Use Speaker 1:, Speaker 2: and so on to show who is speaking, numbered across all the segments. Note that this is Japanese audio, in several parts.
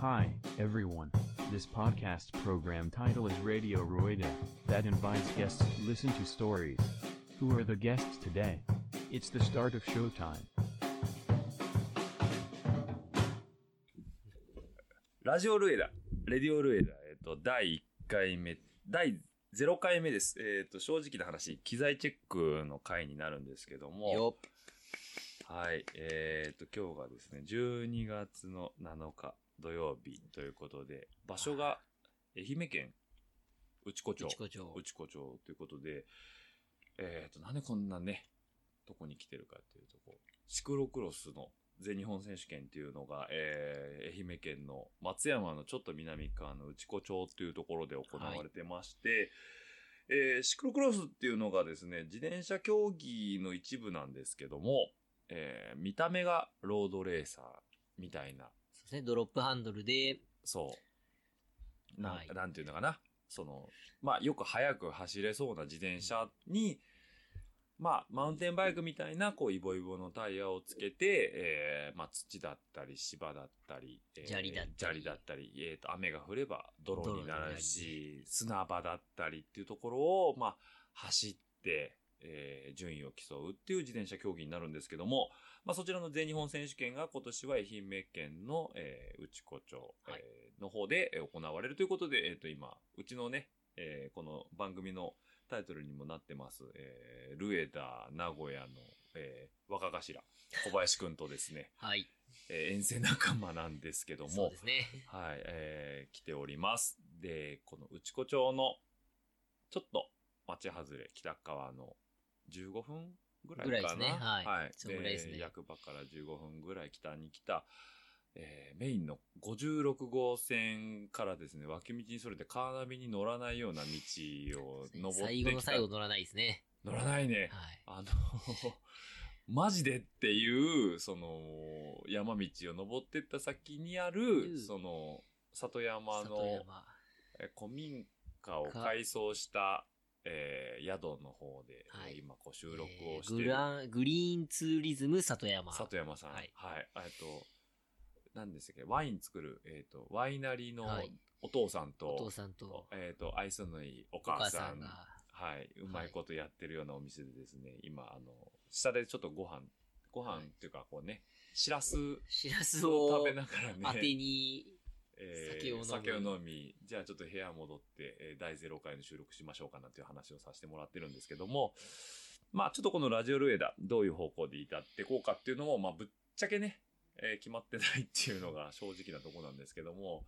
Speaker 1: Hi, everyone. This podcast program title is Radio Roida, that invites guests to listen to stories. Who are the guests today? It's the start of showtime.
Speaker 2: ラジオルエダ、レディオルエダ、えっ、と、第1回目、第0回目です。えっ、と、正直な話、機材チェックの回になるんですけども、
Speaker 3: よっ。
Speaker 2: はい、えっ、と、今日がですね、12月の7日土曜日ということで、場所が愛媛県内子町。
Speaker 3: 内子町
Speaker 2: 内子町ということで、えっ、と、なんでこんなね、とこに来てるかっていうと、こう、シクロクロスの全日本選手権っていうのが、えー、愛媛県の松山のちょっと南側の内子町っていうところで行われてまして、えーシクロクロスっていうのがですね、自転車競技の一部なんですけども、えー見た目がロードレーサーみたいな、
Speaker 3: そうですね、ドロップハンドルで、
Speaker 2: そう。な、
Speaker 3: はい
Speaker 2: なんていうのかな。その、まあ、よく速く走れそうな自転車に、まあ、マウンテンバイクみたいな、こう、イボイボのタイヤをつけて、えー、まあ、土だったり、芝だったり、えー
Speaker 3: 砂利だったり
Speaker 2: 砂利だったり、えーと、雨が降れば泥にな
Speaker 3: 泥にな
Speaker 2: る
Speaker 3: る
Speaker 2: し、砂場だったりっていうところを、まあ、走って、えー順位を競うっていう自転車競技になるんですけども、まあ、そちらの全日本選手権が今年は愛媛県の、えー、内子町、
Speaker 3: はい、
Speaker 2: えーの方でえー行われるということで、えっ、と、今、うちのね、えーこの番組のタイトルにもなってます、えールエダ名古屋の、えー若頭、小林くんとですね
Speaker 3: はい。
Speaker 2: えー遠征仲間なんですけど
Speaker 3: そう
Speaker 2: も
Speaker 3: で、すね。
Speaker 2: はい、えー来ております。で、この内子町の、ちょっと町外れ、北側の15分ぐらいかな。
Speaker 3: ぐらいですねはいそのぐらいですね
Speaker 2: で役場から15分ぐらい北に来た、えーメインの56号線からですね、脇道にそれてカーナビに乗らないような道を登ってきた。
Speaker 3: 最後の最後乗らないですね。
Speaker 2: 乗らないね。
Speaker 3: はい。
Speaker 2: あの、マジでっていう、その、山道を登ってった先にあ
Speaker 3: う
Speaker 2: る、
Speaker 3: ん
Speaker 2: その、里山
Speaker 3: 里
Speaker 2: の
Speaker 3: 山。
Speaker 2: え古民家を改装した、えー宿の方で、
Speaker 3: はい
Speaker 2: 今こう
Speaker 3: え
Speaker 2: 収録を
Speaker 3: ー
Speaker 2: して
Speaker 3: グ
Speaker 2: いる、
Speaker 3: ラン、グリーンツーリズム里山。
Speaker 2: 里山さん。は
Speaker 3: はいい。
Speaker 2: えっと、何でしたっけ、ワイン作る、えっ、と、ワイナリーの
Speaker 3: はい
Speaker 2: お父さんと、
Speaker 3: お父さんと
Speaker 2: えっ、と、愛想のいいお
Speaker 3: お
Speaker 2: 母
Speaker 3: 母
Speaker 2: さ
Speaker 3: さ
Speaker 2: ん
Speaker 3: んが。
Speaker 2: はい、うまいことやってるようなお店でですね、今、あの、下でちょっとご飯、ご飯っていうか、こうね、しらすを
Speaker 3: しらす
Speaker 2: 食
Speaker 3: を
Speaker 2: べながらね、
Speaker 3: 当てに、
Speaker 2: えー
Speaker 3: 酒を飲む
Speaker 2: 酒を飲み、じゃあちょっと部屋戻って、えー第0回の収録しましょうかなっていう話をさせてもらってるんですけども、まあちょっとこのラジオルエダ、どういう方向で至ってこうかっていうのも、まあぶっちゃけね、えー決まってないっていうのが正直なとこなんですけども、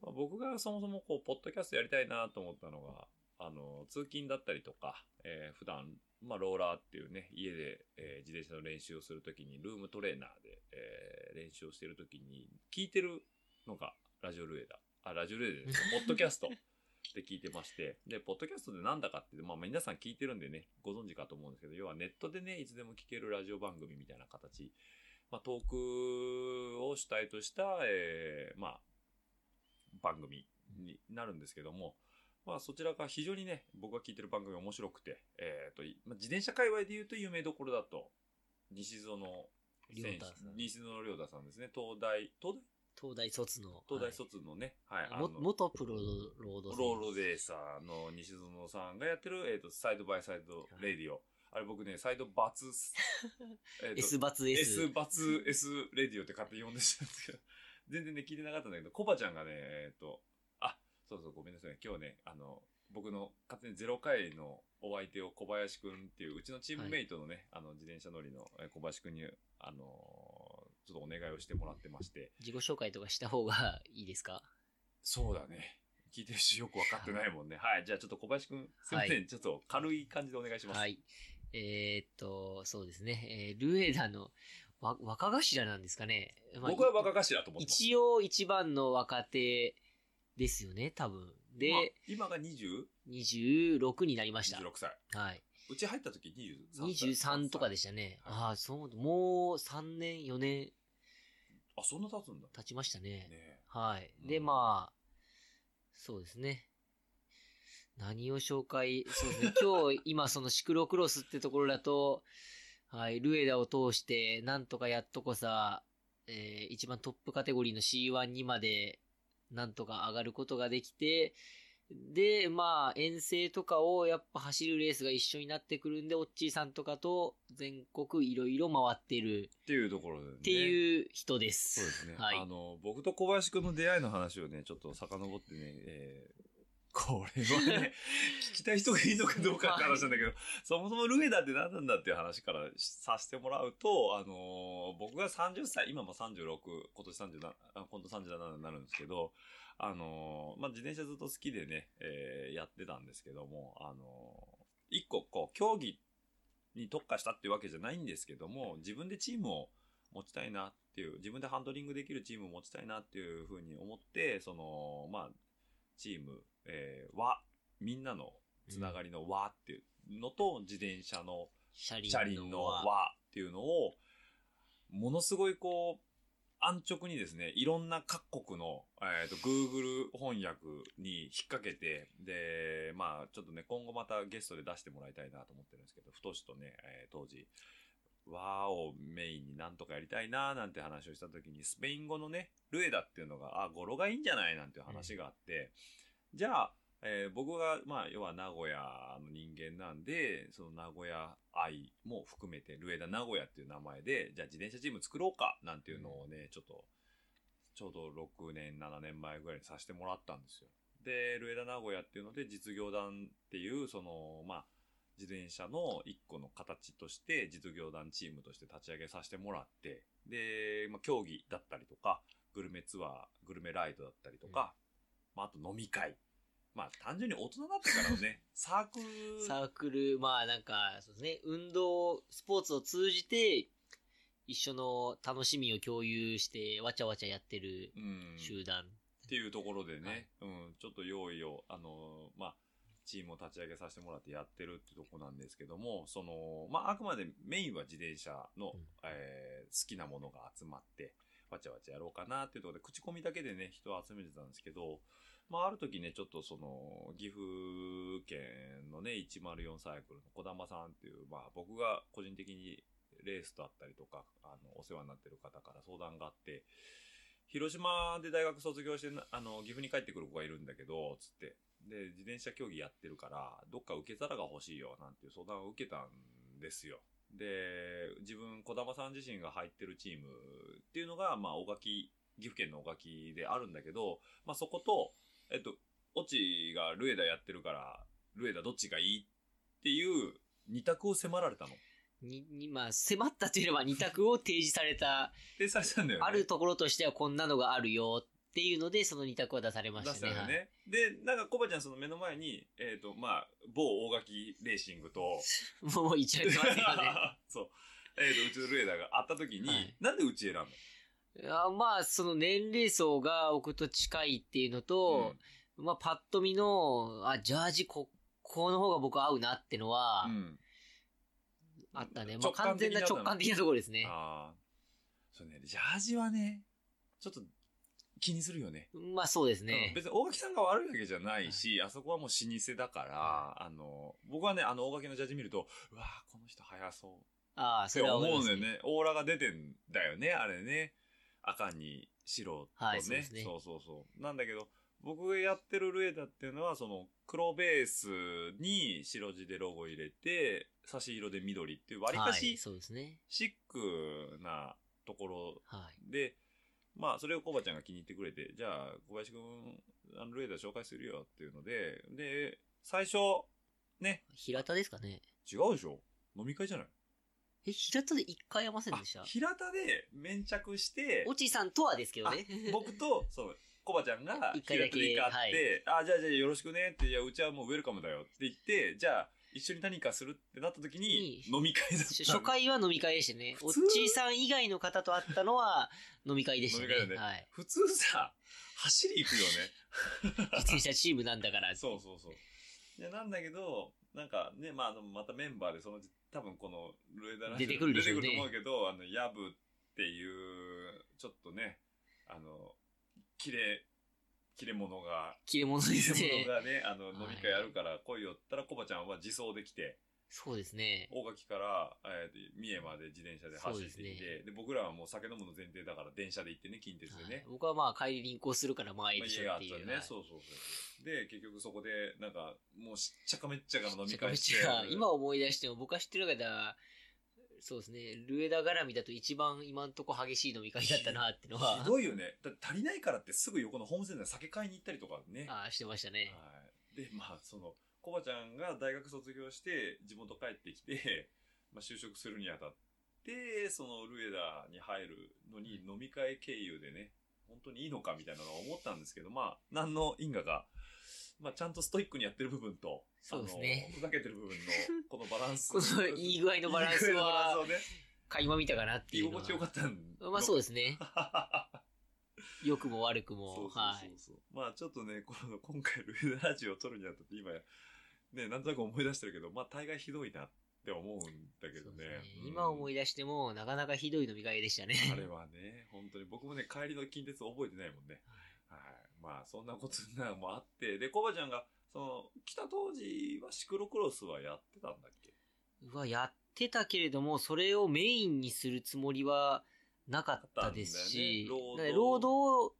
Speaker 2: まあ僕がそもそもこう、ポッドキャストやりたいなと思ったのが、あの、通勤だったりとか、えー普段、まあ、ローラーっていうね、家で、えー自転車の練習をするときに、ルームトレーナーで、えー練習をしてるときに、聞いてるのが、ラジオルエダ。あ、ラジオルエダです。ポッドキャ スト。で聞いてまして。で、ポッドキャストでなんだかって、まあ皆さん聞いてるんでね、ご存知かと思うんですけど、要はネットでね、いつでも聞けるラジオ番組みたいな形。まあトークを主体とした、えー、まあ、番組になるんですけども、まあそちらが非常にね、僕が聞いてる番組面白くて、えっ、と、いまあ、自転車界隈で言うと有名どころだと、西園選
Speaker 3: 亮太
Speaker 2: 手
Speaker 3: さ、ん
Speaker 2: 西園亮太さんですね、東大、東大
Speaker 3: 東大卒の。
Speaker 2: 東大卒のね、はい、
Speaker 3: はい
Speaker 2: あ
Speaker 3: も
Speaker 2: の、
Speaker 3: 元プロロード選手
Speaker 2: ローロレーサーの西園さんがやってる、えっ、と、サイドバイサイドレディオ。あれ僕ね、サイドバ ツ、えっと
Speaker 3: S バツ S。
Speaker 2: S バツ S レディオって勝手に呼んでしたんですけど、全然ね、聞いてなかったんだけど、コバちゃんがね、えっ、と、あ、そうそう、ごめんなさい。今日ね、あの、僕の勝手にゼロ回のお相手を小林くんっていう、うちのチームメイトのね、あの、自転車乗りのえー小林くんに、あのーちょっとお願いをしてもらってまして、
Speaker 3: 自己紹介とかした方がいいですか
Speaker 2: そうだね。聞いてるし、よくわかってないもんね。はい。じゃあちょっと小林くん、すいません。
Speaker 3: は
Speaker 2: ちょっと軽い感じでお願いします。
Speaker 3: は。い。えーっと、そうですね。えールエダのわ若頭なんですかね。まあ
Speaker 2: 僕は若頭と思ってます。
Speaker 3: 一応一番の若手ですよね、多分。で、
Speaker 2: まあ今が 20?26
Speaker 3: 26になりました。
Speaker 2: 歳。
Speaker 3: はい。
Speaker 2: うち入った時23歳。
Speaker 3: 23とかでしたね。
Speaker 2: はい
Speaker 3: ああ、そう思うと、もう3年、4年
Speaker 2: あ、そんな経つんだ。ね
Speaker 3: 経ちましたね。
Speaker 2: え。
Speaker 3: はい。
Speaker 2: うん
Speaker 3: で、まあ、そうですね。何を紹介、そ うですね。今日、今そのシクロクロスってところだと、はい、ルエダを通して、なんとかやっとこさ、えー一番トップカテゴリーの C12 までなんとか上がることができて、で、まあ、遠征とかをやっぱ走るレースが一緒になってくるんで、オッチーさんとかと全国いろいろ回ってる
Speaker 2: ていうところでね。
Speaker 3: って
Speaker 2: う。
Speaker 3: いう人で。
Speaker 2: そうですすね。
Speaker 3: はい
Speaker 2: あの、僕と小林くんの出会いの話をね、ちょっと遡ってね、えーこれは ね、聞きたい人がいいのかどうかって話なんだけど、そもそもルエダって何なんだっていう話からさせてもらうと、あのー僕が30歳、今も36、今年37、あ今度37になるんですけど、あのーまあ、自転車ずっと好きでね、えーやってたんですけども、あのー一個こう、競技に特化したっていうわけじゃないんですけども、自分でチームを持ちたいなっていう、自分でハンドリングできるチームを持ちたいなっていうふうに思って、その、まあ、チーム、えー、は、みんなのつながりの和っていうのと、自転車の
Speaker 3: 車輪
Speaker 2: 車輪の
Speaker 3: は
Speaker 2: 和っていうのを、ものすごいこう、安直にですね、いろんな各国の、えっ、と、Google 翻訳に引っ掛けて、で、まあ、ちょっとね、今後またゲストで出してもらいたいなと思ってるんですけど、太しとね、えー当時、和をメインになんとかやりたいななんて話をした時に、スペイン語のね、ルエダっていうのが、あ、語呂がいいんじゃないなんていう話があって、じゃあ、えー僕が、まあ、要は名古屋の人間なんで、その名古屋愛も含めて、ルエダ名古屋っていう名前で、じゃあ自転車チーム作ろうかなんていうのをね、ちょっと、ちょうど6年、7年前ぐらいにさせてもらったんですよ。で、ルエダ名古屋っていうので、実業団っていう、その、まあ、自転車の一個の形として、実業団チームとして立ち上げさせてもらって、で、まあ、競技だったりとか、グルメツアー、グルメライドだったりとか、まあ、あと飲み会。まあ、単純に大人になってからのね、 サークル、
Speaker 3: サークル、まあなんか、そうですね、運動、スポーツを通じて、一緒の楽しみを共有して、わちゃわちゃやってる
Speaker 2: うん、
Speaker 3: 集団。
Speaker 2: っていうところでね、うん、ちょっと用意を、あのーまあ、チームを立ち上げさせてもらってやってるってとこなんですけども、その、まあ、あくまでメインは自転車の、
Speaker 3: うん
Speaker 2: えー好きなものが集まって、わちゃわちゃやろうかなっていうところで、口コミだけでね、人を集めてたんですけど、まあ、ある時ね、ちょっとその、岐阜県のね、104サイクルの小玉さんっていう、まあ、僕が個人的にレースだったりとか、あの、お世話になってる方から相談があって、広島で大学卒業してな、あの、岐阜に帰ってくる子がいるんだけど、つって。で、自転車競技やってるから、どっか受け皿が欲しいよ、なんていう相談を受けたんですよ。で、自分、小玉さん自身が入ってるチームっていうのが、まあ、大垣、岐阜県の大垣であるんだけど、まあ、そこと、えっと、オチがルエダやってるから、ルエダどっちがいいっていう二択を迫られたの。
Speaker 3: に、に、まあ、迫ったといえば二択を提示された、
Speaker 2: で、されたんだよね。
Speaker 3: あるところとしてはこんなのがあるよっていうので、その二択は出されましたね。
Speaker 2: 出したよ
Speaker 3: はい
Speaker 2: ね。で、なんかコバちゃんその目の前に、えっ、と、まあ、某大垣レーシングと、
Speaker 3: もう、もう一応言ってますよね
Speaker 2: そう。えっ、と、うちのルエダーがあった時に、
Speaker 3: はい
Speaker 2: なんでうち選んだの。
Speaker 3: いやまあ、その年齢層が僕と近いっていうのと、まあ、パッと見の、あ、ジャージこ、この方が僕合うなってのは、
Speaker 2: うんうん
Speaker 3: あったね。まあ、
Speaker 2: 直
Speaker 3: 完
Speaker 2: 感
Speaker 3: 全
Speaker 2: 的
Speaker 3: な
Speaker 2: な
Speaker 3: 直感的なところですね。
Speaker 2: ああ。そうね、ジャージはね、ちょっと気にするよね。
Speaker 3: まあそうです
Speaker 2: うん
Speaker 3: ね。
Speaker 2: 別に大垣さんが悪いわけじゃないし、あそこはもう老舗だから、あの、僕はね、あの大垣のジャージ見ると、うわーこの人早そう。
Speaker 3: ああ、
Speaker 2: っ
Speaker 3: そ
Speaker 2: て
Speaker 3: れは
Speaker 2: 思
Speaker 3: 思い
Speaker 2: う
Speaker 3: ま
Speaker 2: ん
Speaker 3: す
Speaker 2: だよ。ね。オーラが出てんだよね、あれね。赤に白とね。
Speaker 3: はいそうですね
Speaker 2: そうそうそうなんだけど、僕がやってるルエダっていうのは、その、黒ベースに白地でロゴ入れて、差し色で緑っていう、割か
Speaker 3: はい、
Speaker 2: し
Speaker 3: そうですね。
Speaker 2: シックなところ
Speaker 3: はい。
Speaker 2: で、まあ、それをコバちゃんが気に入ってくれて、じゃあ、小林くん、あの、ルエダ紹介するよっていうので、で、最初、ね、
Speaker 3: 平田ですかね。
Speaker 2: 違うでしょ飲み会じゃない
Speaker 3: え、平田で一回会いませんでした
Speaker 2: あ平田で粘着して、
Speaker 3: おちさんとはですけどね。
Speaker 2: 僕と、そう、コバちゃんが、
Speaker 3: 一
Speaker 2: 一回
Speaker 3: 回だ
Speaker 2: だ
Speaker 3: け
Speaker 2: け会って、あ、じゃあじゃあよろしくねって、いや、うちはもうウェルカムだよって言って、じゃあ、一緒に何かするってなった時に、
Speaker 3: いい
Speaker 2: 飲み会だった
Speaker 3: 初
Speaker 2: の。
Speaker 3: 初回は飲み会でしたね。お
Speaker 2: 普
Speaker 3: っ
Speaker 2: 通
Speaker 3: ちさん以外の方と会ったのは飲み会でしたね。
Speaker 2: 飲み会だね
Speaker 3: はい。
Speaker 2: 普通さ、走り行く よね。
Speaker 3: 自転車チームなんだから。
Speaker 2: そうそうそう。いや、なんだけど、なんかね、まあ、あの、またメンバーで、そのうち、多分この、ルエダラジオ
Speaker 3: 出てくるでしょうね
Speaker 2: 出てくると思うけど、あの、ヤブっていう、ちょっとね、あの、綺麗、切れ者が、
Speaker 3: 切れ者で
Speaker 2: 偽
Speaker 3: すね
Speaker 2: 物。がね、あの、
Speaker 3: はい
Speaker 2: 飲み会やるから来いよったら、コバちゃんは自走できて、
Speaker 3: そうですね。
Speaker 2: 大垣から、えー三重まで自転車で走って
Speaker 3: そうで
Speaker 2: き
Speaker 3: す
Speaker 2: て、
Speaker 3: ね
Speaker 2: で僕らはもう酒飲むの前提だから電車で行ってね、近鉄で
Speaker 3: はい
Speaker 2: ね。
Speaker 3: 僕はまあ帰り輪行するからまあ
Speaker 2: まあ、
Speaker 3: 駅
Speaker 2: 家
Speaker 3: 舎
Speaker 2: があ
Speaker 3: っ
Speaker 2: ってた
Speaker 3: い
Speaker 2: ん
Speaker 3: う。
Speaker 2: で
Speaker 3: はい
Speaker 2: ね、そうそうそう。で、結局そこで、なんか、もうしっちゃかめっちゃかの飲み会して。
Speaker 3: めちゃくちゃ今思い出しても僕が知ってる中では、そうですね、ルエダ絡みだと一番今んとこ激しい飲み会だったなってのは
Speaker 2: ひ、どいよね。だって足りないからってすぐ横のホームセンターで酒買いに行ったりとかね。は
Speaker 3: ああ、してましたね。
Speaker 2: い。で、まあ、その、コバちゃんが大学卒業して、地元帰ってきて、まあ、就職するにあたって、その、ルエダに入るのに飲み会経由でね、本当にいいのかみたいなのは思ったんですけど、まあ、何の因果が、まあ、ちゃんとストイックにやってる部分と、
Speaker 3: そうですね
Speaker 2: あのふざけてる部分の、このバランス。
Speaker 3: このいい具合のバランス
Speaker 2: いい具合のバランス
Speaker 3: は、
Speaker 2: をね、
Speaker 3: 垣間見たかなって
Speaker 2: 居
Speaker 3: いう
Speaker 2: 心
Speaker 3: のは
Speaker 2: 地。よかったん
Speaker 3: まあそう
Speaker 2: う
Speaker 3: ですね。
Speaker 2: です。
Speaker 3: 良くも悪く
Speaker 2: そ
Speaker 3: も
Speaker 2: う。そう
Speaker 3: は
Speaker 2: そう
Speaker 3: い。
Speaker 2: そう、まあちょっとねこの今回ルーダラジオを撮るにあたって今ねなんとなく思い出してるけどまあ大概ひどいなって思うんだけど
Speaker 3: そう
Speaker 2: ね
Speaker 3: ですね今思い
Speaker 2: い
Speaker 3: 出しても、なかなかひどい飲み会でしたね。
Speaker 2: あれはね本当に僕もね帰りの近鉄覚えてないもんねはいまあそんなことなもあってでコバちゃんがその来た当時はシクロクロスはやってたんだっけ
Speaker 3: うわ、やってたけれども、それをメインにするつもりはなかったですし
Speaker 2: あったん、だ
Speaker 3: だ
Speaker 2: よ
Speaker 3: か
Speaker 2: ね
Speaker 3: ら
Speaker 2: 労働
Speaker 3: 労働を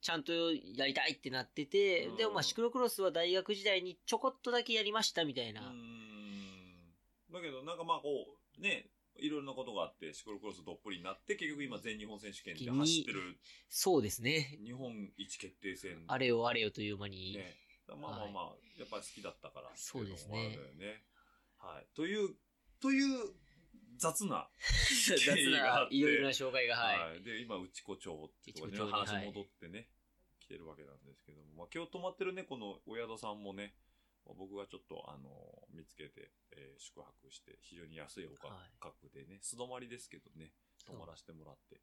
Speaker 3: ちゃんとやりたいってなってて、
Speaker 2: うん
Speaker 3: でもまあシクロクロスは大学時代にちょこっとだけやりましたみたいな。
Speaker 2: うーんだけどなんかまあこうねいろいろなことがあってシクロクロスどっぷりになって結局今全日本選手権で走ってる
Speaker 3: そうですね。
Speaker 2: 日本一決定戦
Speaker 3: あれよあれよという間に。
Speaker 2: ね、まあまあまあ、やっぱり好きだったから
Speaker 3: そうですね
Speaker 2: っていうのもあるんだよね。はい。という、という雑な、
Speaker 3: 雑
Speaker 2: 経緯があ
Speaker 3: な
Speaker 2: っ、て
Speaker 3: いろいろな紹介が、はい。
Speaker 2: いで、今、内子町っていうところで
Speaker 3: 内子町に
Speaker 2: 話戻ってね、来てるわけなんですけども、まあ今日泊まってるね、このお宿さんもね、まあ僕がちょっと、あの、見つけて、えー宿泊して、非常に安いお価
Speaker 3: はい
Speaker 2: 格でね、素泊まりですけどね、泊まらせてもらって。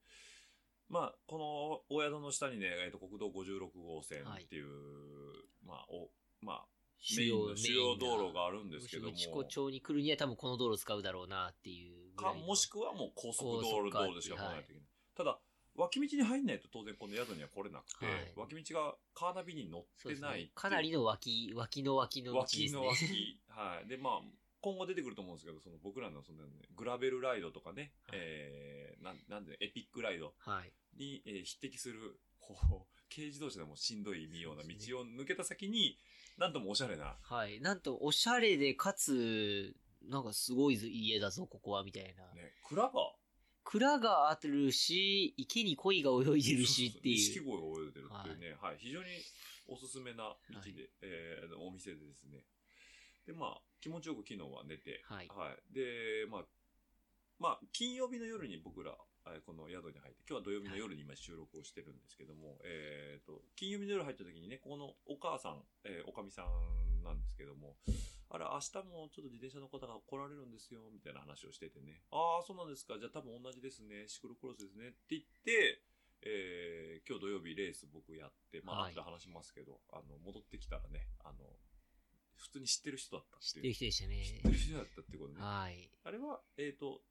Speaker 2: まあ、このお宿の下にね、えー、と国道56号線っていう、まあ、お、まあ、メインの主要道路があるんですけども、
Speaker 3: 内子町に来るには多分この道路使うだろうなっていうぐら
Speaker 2: か
Speaker 3: いの。
Speaker 2: もしくはもう高速道路
Speaker 3: 高速か
Speaker 2: 道路しか来ないといけない。ただ、脇道に入んないと当然この宿には来れなくて、
Speaker 3: はい
Speaker 2: 脇道がカーナビに乗っ
Speaker 3: そう
Speaker 2: て
Speaker 3: です
Speaker 2: ないってい
Speaker 3: ね
Speaker 2: う。
Speaker 3: かなりの脇、脇の脇の道ですね。
Speaker 2: 脇の 脇。はい。で、まあ、今後出てくると思うんですけど、その僕らのその、ね、グラベルライドとかね、
Speaker 3: はい
Speaker 2: えー、なん、なんで、エピックライド
Speaker 3: はい。
Speaker 2: に、えー匹敵する、こう、 軽自動車でもしんどいような道を抜けた先に、なんともおしゃれな、
Speaker 3: はい。なんと、おしゃれで、かつ、なんかすごい家だぞ、ここは、みたいな。
Speaker 2: ね、蔵が、
Speaker 3: 蔵があるし、池に鯉が泳いでるしってい
Speaker 2: 錦鯉
Speaker 3: う。
Speaker 2: を泳いでるっていうね、はい、非常におすすめな道で、
Speaker 3: はい
Speaker 2: えーお店でですね。で、まあ、気持ちよく昨日は寝て、
Speaker 3: はい
Speaker 2: で、まあ、まあ、金曜日の夜に僕ら、えーこの宿に入って、今日は土曜日の夜に今収録をしてるんですけども、えっ、と、金曜日の夜入った時にね、ここのお母さん、えーおかみさんなんですけども、あれ、明日もちょっと自転車の方が来られるんですよ、みたいな話をしててね。ああ、そうなんですか。じゃあ多分同じですね。シクロクロスですね。って言って、えー今日土曜日レース僕やって、まあ、
Speaker 3: はい
Speaker 2: 後で話しますけど、あの、戻ってきたらね、あの、普通に知ってる人だったって
Speaker 3: って
Speaker 2: い
Speaker 3: いう
Speaker 2: う。
Speaker 3: 人でした
Speaker 2: 知
Speaker 3: ね
Speaker 2: って。る人だったってことね。
Speaker 3: はい。
Speaker 2: あれは、えっ、と、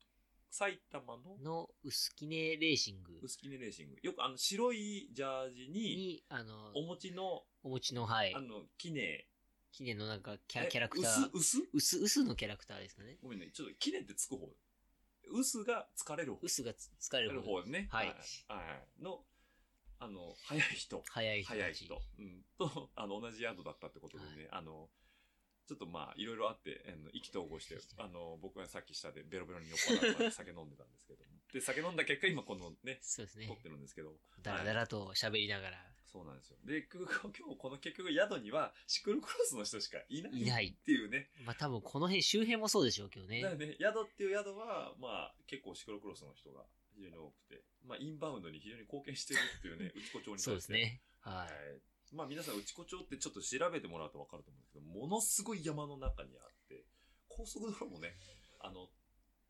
Speaker 2: 埼玉の
Speaker 3: の、薄きねレーシング
Speaker 2: 薄ネレーシング。よくあの、白いジャージに、
Speaker 3: に、あの、
Speaker 2: お餅の、
Speaker 3: お持ちの、はい
Speaker 2: あ。の、キネ、
Speaker 3: きねのなんかキ
Speaker 2: え
Speaker 3: ャ、キャラクター。
Speaker 2: 薄薄
Speaker 3: うす、うすのキャラクターですかね。
Speaker 2: ごめんね、ちょっとキネってつく方。薄が疲れる方。
Speaker 3: うすがつ疲れ
Speaker 2: やる
Speaker 3: る方。
Speaker 2: 方ね。
Speaker 3: はい
Speaker 2: はい。はいの、あの、早い人。
Speaker 3: 早い人たち。
Speaker 2: 早い人。うん。と、 あの、同じ宿だったってことでね、あの、ちょっとまあ、いろいろあって、あの意気投合して、あの、僕がさっき下でベロベロに酔っ払って酒飲んでたんですけ ども。で、酒飲んだ結果、今このね、
Speaker 3: そうです
Speaker 2: 撮
Speaker 3: ね
Speaker 2: っ。てるんですけど。
Speaker 3: だらだらと喋りながら。
Speaker 2: そうなんですよ。で、結局今日この結局宿にはシクロクロスの人しかいない
Speaker 3: いない
Speaker 2: っていうね。
Speaker 3: まあ多分この辺周辺もそうでしょうけどね
Speaker 2: だ。からね、宿っていう宿は、まあ、結構シクロクロスの人が非常に多くて、まあ、インバウンドに非常に貢献してるって いうね、内子町に対して
Speaker 3: そうです。ね。は。
Speaker 2: はいい。まあ、皆さん、内子町ってちょっと調べてもらうと分かると思うんですけど、ものすごい山の中にあって、高速道路もね、あの、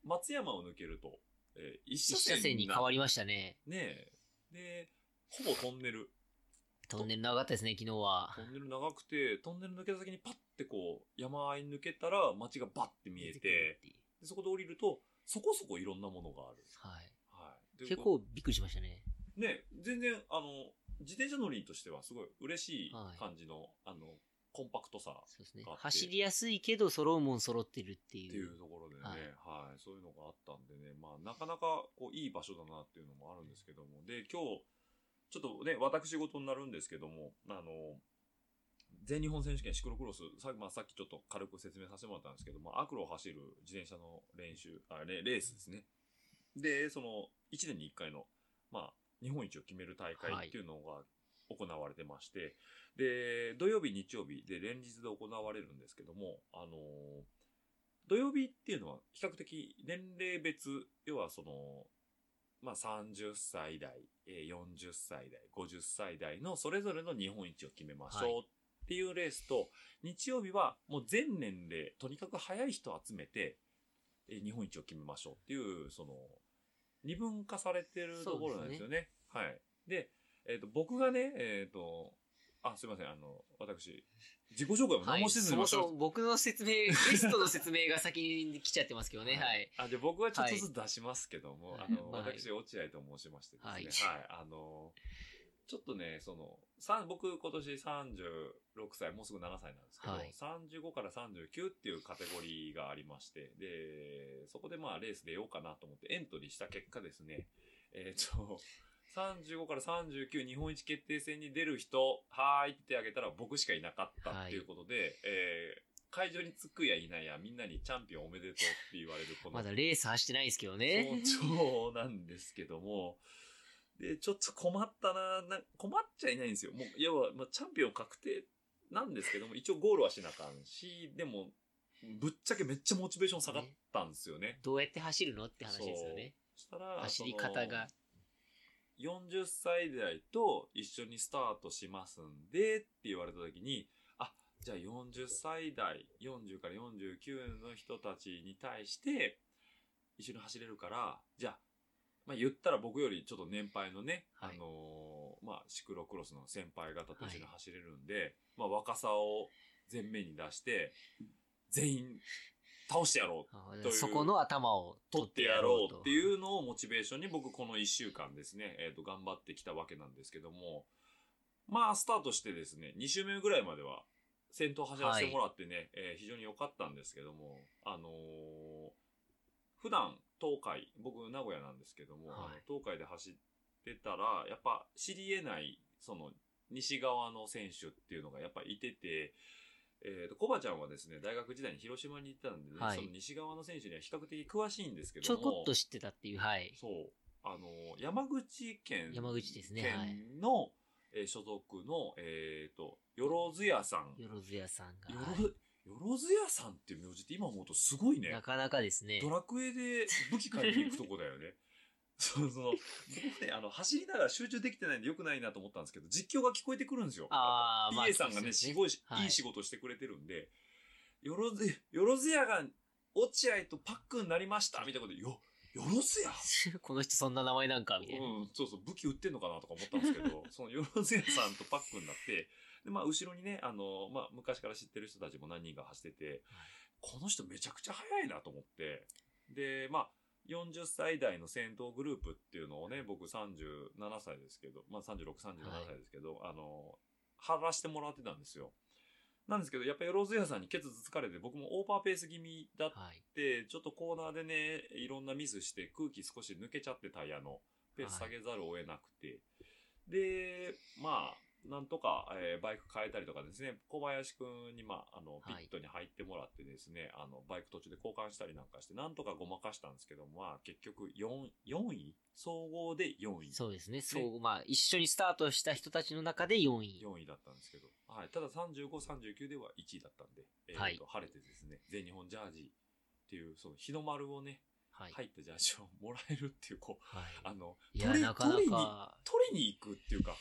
Speaker 2: 松山を抜けると、えー一
Speaker 3: 一
Speaker 2: 車
Speaker 3: 車
Speaker 2: 線
Speaker 3: 線
Speaker 2: に
Speaker 3: に
Speaker 2: な
Speaker 3: 変わりましたね。
Speaker 2: ねえで、ほぼトンネル。
Speaker 3: トンネル長かったですね、昨日は
Speaker 2: ト。ンネル長くて、トンネル抜けた先にパッてこう、山あいに抜けたら街がバッて見えて、でそこで降りると、そこそこいろんなものがある。
Speaker 3: は
Speaker 2: はい。
Speaker 3: い。
Speaker 2: で
Speaker 3: 結。構びっくりしましたね。
Speaker 2: ね、全然、あの、自転車乗りとしてはすごい嬉しい感じの、あの、コンパクトさ
Speaker 3: そうですね
Speaker 2: あっ。て
Speaker 3: 走りやすいけど揃うもん揃ってるって
Speaker 2: ってい
Speaker 3: いうう。
Speaker 2: ところでね、
Speaker 3: は
Speaker 2: はいい、そういうのがあったんでね、まあ、なかなかこういい場所だなっていうのもあるんですけども、で、今日、ちょっとね、私事になるんですけども、あの、全日本選手権シクロクロス、さ,、まあ、さっきちょっと軽く説明させてもらったんですけども、アクロを走る自転車の練習、あれ、レースですね。で、その、1年に1回の、まあ、日本一を決める大会っていうのが行われてまして、で、土曜日、日曜日で連日で行われるんですけども、あのー土曜日っていうのは比較的年齢別、要はその、まあ、30歳代、えー40歳代、50歳代のそれぞれの日本一を決めましょう
Speaker 3: はい
Speaker 2: っていうレースと、日曜日はもう全年齢、とにかく早い人を集めて、えー日本一を決めましょうっていう、その、二分化されてるところなんですよね。はい。で、えっ、と、僕がね、えっ、と、あ、すいません、あの、私、自己紹介も
Speaker 3: は
Speaker 2: 何も
Speaker 3: い、
Speaker 2: せず
Speaker 3: そ
Speaker 2: に
Speaker 3: も
Speaker 2: まし
Speaker 3: そ
Speaker 2: ょう
Speaker 3: も僕の説明、ゲストの説明が先に来ちゃってますけどね。はい。
Speaker 2: あ、で、僕はちょっとずつ出しますけども、
Speaker 3: はい
Speaker 2: あの、
Speaker 3: はい
Speaker 2: 私、落合と申しましてですね、
Speaker 3: は
Speaker 2: はい、あの、ちょっとね、その、三僕今年36歳、もうすぐ7歳なんですけど、
Speaker 3: はい
Speaker 2: 35から39っていうカテゴリーがありまして、で、そこでまあレース出ようかなと思ってエントリーした結果ですね、えっ、と、35から39日本一決定戦に出る人、はーいってあげたら僕しかいなかったっていうことで、えー会場に着くやいないや、みんなにチャンピオンおめでとうって言われるこの
Speaker 3: まだレース走ってないですけどね。
Speaker 2: そうなんですけども、で、ちょっと困ったな、な困っちゃいないんですよ。もう、要は、まあ、チャンピオン確定なんですけども、一応ゴールはしなあかんし、でも、ぶっちゃけめっちゃモチベーション下がったんですよね。
Speaker 3: どうやって走るのって話ですよね。
Speaker 2: そしたら、
Speaker 3: 走り方が。
Speaker 2: その。40歳代と一緒にスタートしますんで、って言われた時に、あ、じゃあ40歳代、40から49の人たちに対して、一緒に走れるから、じゃあ、まあ言ったら僕よりちょっと年配のね、
Speaker 3: はい
Speaker 2: あのーまあシクロクロスの先輩方と一緒に走れるんで、まあ若さを前面に出して、全員倒してやろう
Speaker 3: あ
Speaker 2: という
Speaker 3: そこの頭を。
Speaker 2: 取ってやろうっていううのをモチベーションに僕この1週間ですね、えー、と頑張ってきたわけなんですけどもまあスタートしてですね2周目ぐらいまでは先頭走らせてもらってね、えー非常に良かったんですけどもあのー普段東海僕名古屋なんですけども、
Speaker 3: はい
Speaker 2: あの東海で走ってたらやっぱ知り得ないその西側の選手っていうのがやっぱいてて、えーと、コバちゃんはですね、大学時代に広島に行ってたんでね、
Speaker 3: はい
Speaker 2: その西側の選手には比較的詳しいんですけど
Speaker 3: ちょ
Speaker 2: も、
Speaker 3: こっと知ってたっていう、はい。
Speaker 2: そう、あの、山口県、
Speaker 3: 山口ですねはい
Speaker 2: 県の、えー所属の、えっ、と、よろずやさん。
Speaker 3: よろずやさんが。
Speaker 2: よ
Speaker 3: はい
Speaker 2: ろ、よろずやさんっていう名字って今思うとすごいね。
Speaker 3: なかなかですね。
Speaker 2: ドラクエで武器買いに行くとこだよね。 そうその、僕ね、あの、走りながら集中できてないんで良くないなと思ったんですけど、実況が聞こえてくるんですよ。
Speaker 3: ああ、まあ
Speaker 2: PA さんがね、
Speaker 3: そうですよ
Speaker 2: ごいし、
Speaker 3: はい
Speaker 2: いい仕事してくれてるんで、よろず、よろずやが、落合とパックになりましたみたいなことで、よ、よろずや
Speaker 3: この人そんな名前なんか、みたいな。
Speaker 2: うん、そうそう、武器売ってんのかなとか思ったんですけ ど、そのよろずやさんとパックになって、で、まあ、後ろにね、あの、まあ、昔から知ってる人たちも何人か走ってて、この人めちゃくちゃ速いなと思って、で、まあ、40歳代の先頭グループっていうのをね、僕37歳ですけど、まあ36、37歳ですけど、あの、張らしてもらってたんですよ。なんですけど、やっぱりローズ屋さんにケツつつかれて、僕もオーバーペース気味だっ
Speaker 3: はい。
Speaker 2: で、ちょっとコーナーでね、いろんなミスして空気少し抜けちゃってタイヤの。ペース
Speaker 3: は
Speaker 2: 下
Speaker 3: い
Speaker 2: げざるを得なくて。で、まあ、なんとか、えーバイク変えたりとかですね、小林くんに、まあ、あの、ピ
Speaker 3: はい
Speaker 2: ットに入ってもらってですね、あの、バイク途中で交換したりなんかして、なんとかごまかしたんですけど、まあ、結局4、4位総合で4位。
Speaker 3: そうですね。そう、まあ、一緒にスタートした人たちの中で4位。
Speaker 2: 4位だったんですけど、はい、ただ35、39では1位だったんで、えーと
Speaker 3: はい
Speaker 2: 晴れてですね、全日本ジャージっていう、その日の丸をね、
Speaker 3: はい。
Speaker 2: 入ったジャージをもらえるっていう、こう、
Speaker 3: はい
Speaker 2: あの、
Speaker 3: い
Speaker 2: 取
Speaker 3: や、
Speaker 2: り
Speaker 3: なかなか。
Speaker 2: 取りに行くっていうか、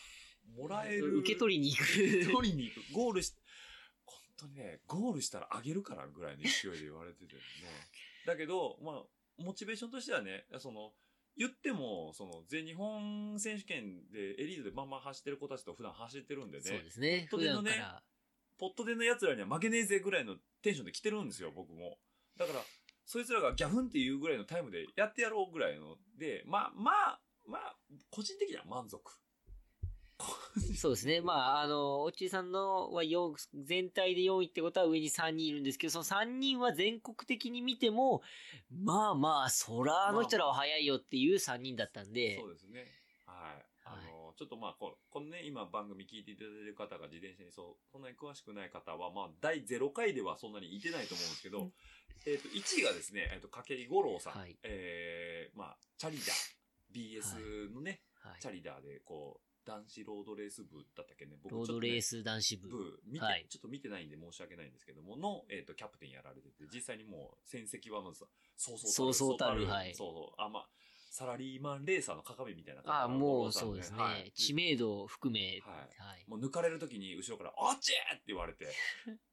Speaker 2: もらえる。
Speaker 3: 受け取り に行 く。
Speaker 2: 取りに行く。ゴールし、本当にね、ゴールしたらあげるからぐらいの勢いで言われててね。だけど、まあ、モチベーションとしてはね、その、言っても、その、全日本選手権でエリートでバンバン走ってる子たちと普段走ってるんで
Speaker 3: そう
Speaker 2: ね、
Speaker 3: ですね。
Speaker 2: ポット
Speaker 3: 普
Speaker 2: で
Speaker 3: 段
Speaker 2: の
Speaker 3: か
Speaker 2: ね
Speaker 3: ら。
Speaker 2: ポットでの奴らには負けねえぜぐらいのテンションで来てるんですよ、僕も。だから、そいつらがギャフンっていうぐらいのタイムでやってやろうぐらいので、まあまあ、まあ、個人的には満足。
Speaker 3: そうですね。まあ、あの、おっちーさんのは4、全体で4位ってことは上に3人いるんですけど、その3人は全国的に見ても、まあまあ、そらあの人らは早いよっていう3人だったんで、
Speaker 2: そうですね。はい。あの、ちょっとまあ、ここのね、今番組聞いていただいてる方が自転車にそう、そんなに詳しくない方は、まあ、第0回ではそんなにいてないと思うんですけど、えっと、1位がですね、えっと、筧五郎さん。
Speaker 3: はい
Speaker 2: えーまあ、チャリダー。BS のね、
Speaker 3: はい
Speaker 2: チャリダーで、こう、男子ロードレース部だったっけね、僕
Speaker 3: ロー
Speaker 2: ちょ
Speaker 3: ド
Speaker 2: っとね
Speaker 3: レース男子部。
Speaker 2: 部見て、
Speaker 3: はい
Speaker 2: ちょっと見てないんで申し訳ないんですけども、の、えっ、と、キャプテンやられてて、実際にもう戦績はもうさ、そうそう
Speaker 3: そうそうたるはい
Speaker 2: そうそう。あ、まあ、サラリーマンレーサーの鏡みたいな方
Speaker 3: ああ、もう
Speaker 2: 五郎さん
Speaker 3: そうですね。
Speaker 2: はい
Speaker 3: 知名度を含め、
Speaker 2: は
Speaker 3: はい
Speaker 2: もう抜かれるときに後ろから、あっちーって言わ れて、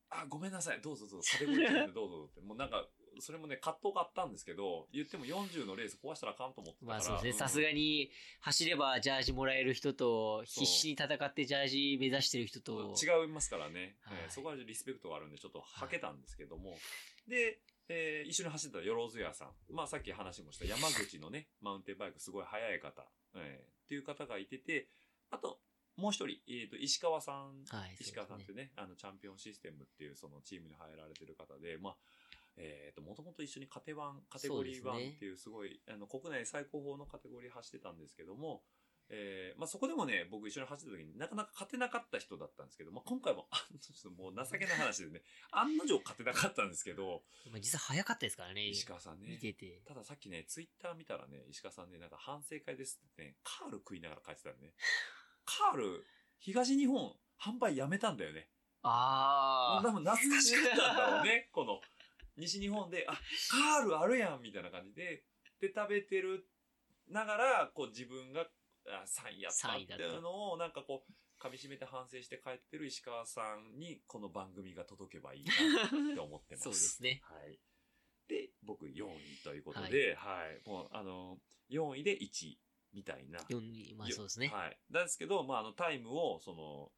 Speaker 2: あ、ごめんなさい、どうぞどうぞ、壁ぶちなんでどうぞどうぞって、もうなんか、それもね、葛藤があったんですけど、言っても40のレース壊したらあかんと思ってたから。
Speaker 3: まあそうですね。
Speaker 2: ん
Speaker 3: さすがに走ればジャージもらえる人と、必死に戦ってジャージ目指してる人と、
Speaker 2: 違いますからね、
Speaker 3: はい
Speaker 2: えーそこはリスペクトがあるんでちょっとはけたんですけども、で、えー一緒に走ってたよろずやさん、まあ、さっき話もした山口のねマウンテンバイクすごい速い方、えーっていう方がいててあともう一人、えー、と石川さん
Speaker 3: はい、
Speaker 2: 石
Speaker 3: そう
Speaker 2: 川
Speaker 3: です
Speaker 2: さんって
Speaker 3: ね。
Speaker 2: ね、あの、チャンピオンシステムっていうそのチームに入られてる方で、まあ、えっ、と、もともと一緒にカテワン、カテゴリー
Speaker 3: そうです
Speaker 2: 1
Speaker 3: ね
Speaker 2: っていうすごい、あの、国内最高峰のカテゴリー走ってたんですけども、えーまあそこでもね、僕一緒に走ってた時になかなか勝てなかった人だったんですけど、まあ今回も、 あのちょっともう情けない話でね、案の定勝てなかったんですけど、
Speaker 3: まあ実は早かったですからね、
Speaker 2: 石川さんね
Speaker 3: 見。てて。
Speaker 2: たださっきね、ツイッター見たらね、石川さんね、なんか反省会ですってね、カール食いながら書いてたんね。 カール、東日本、販売やめたんだよね。
Speaker 3: あ
Speaker 2: で
Speaker 3: あ、
Speaker 2: も懐かしかったんだろう ね。この、西日本で、あ、カールあるやんみたいな感じで、で、食べてるながら、こう自分があ3位やったっていうのを、なんかこう、噛み締めて反省して帰ってる石川さんに、この番組が届けばいいなって思ってます。
Speaker 3: そ うですね。
Speaker 2: はい。で、僕4位ということで、はい、もう、あの、4位で1位みたいな。
Speaker 3: 四位まあそうですね。
Speaker 2: はい。なんですけど、まあ、あの、タイムを、その、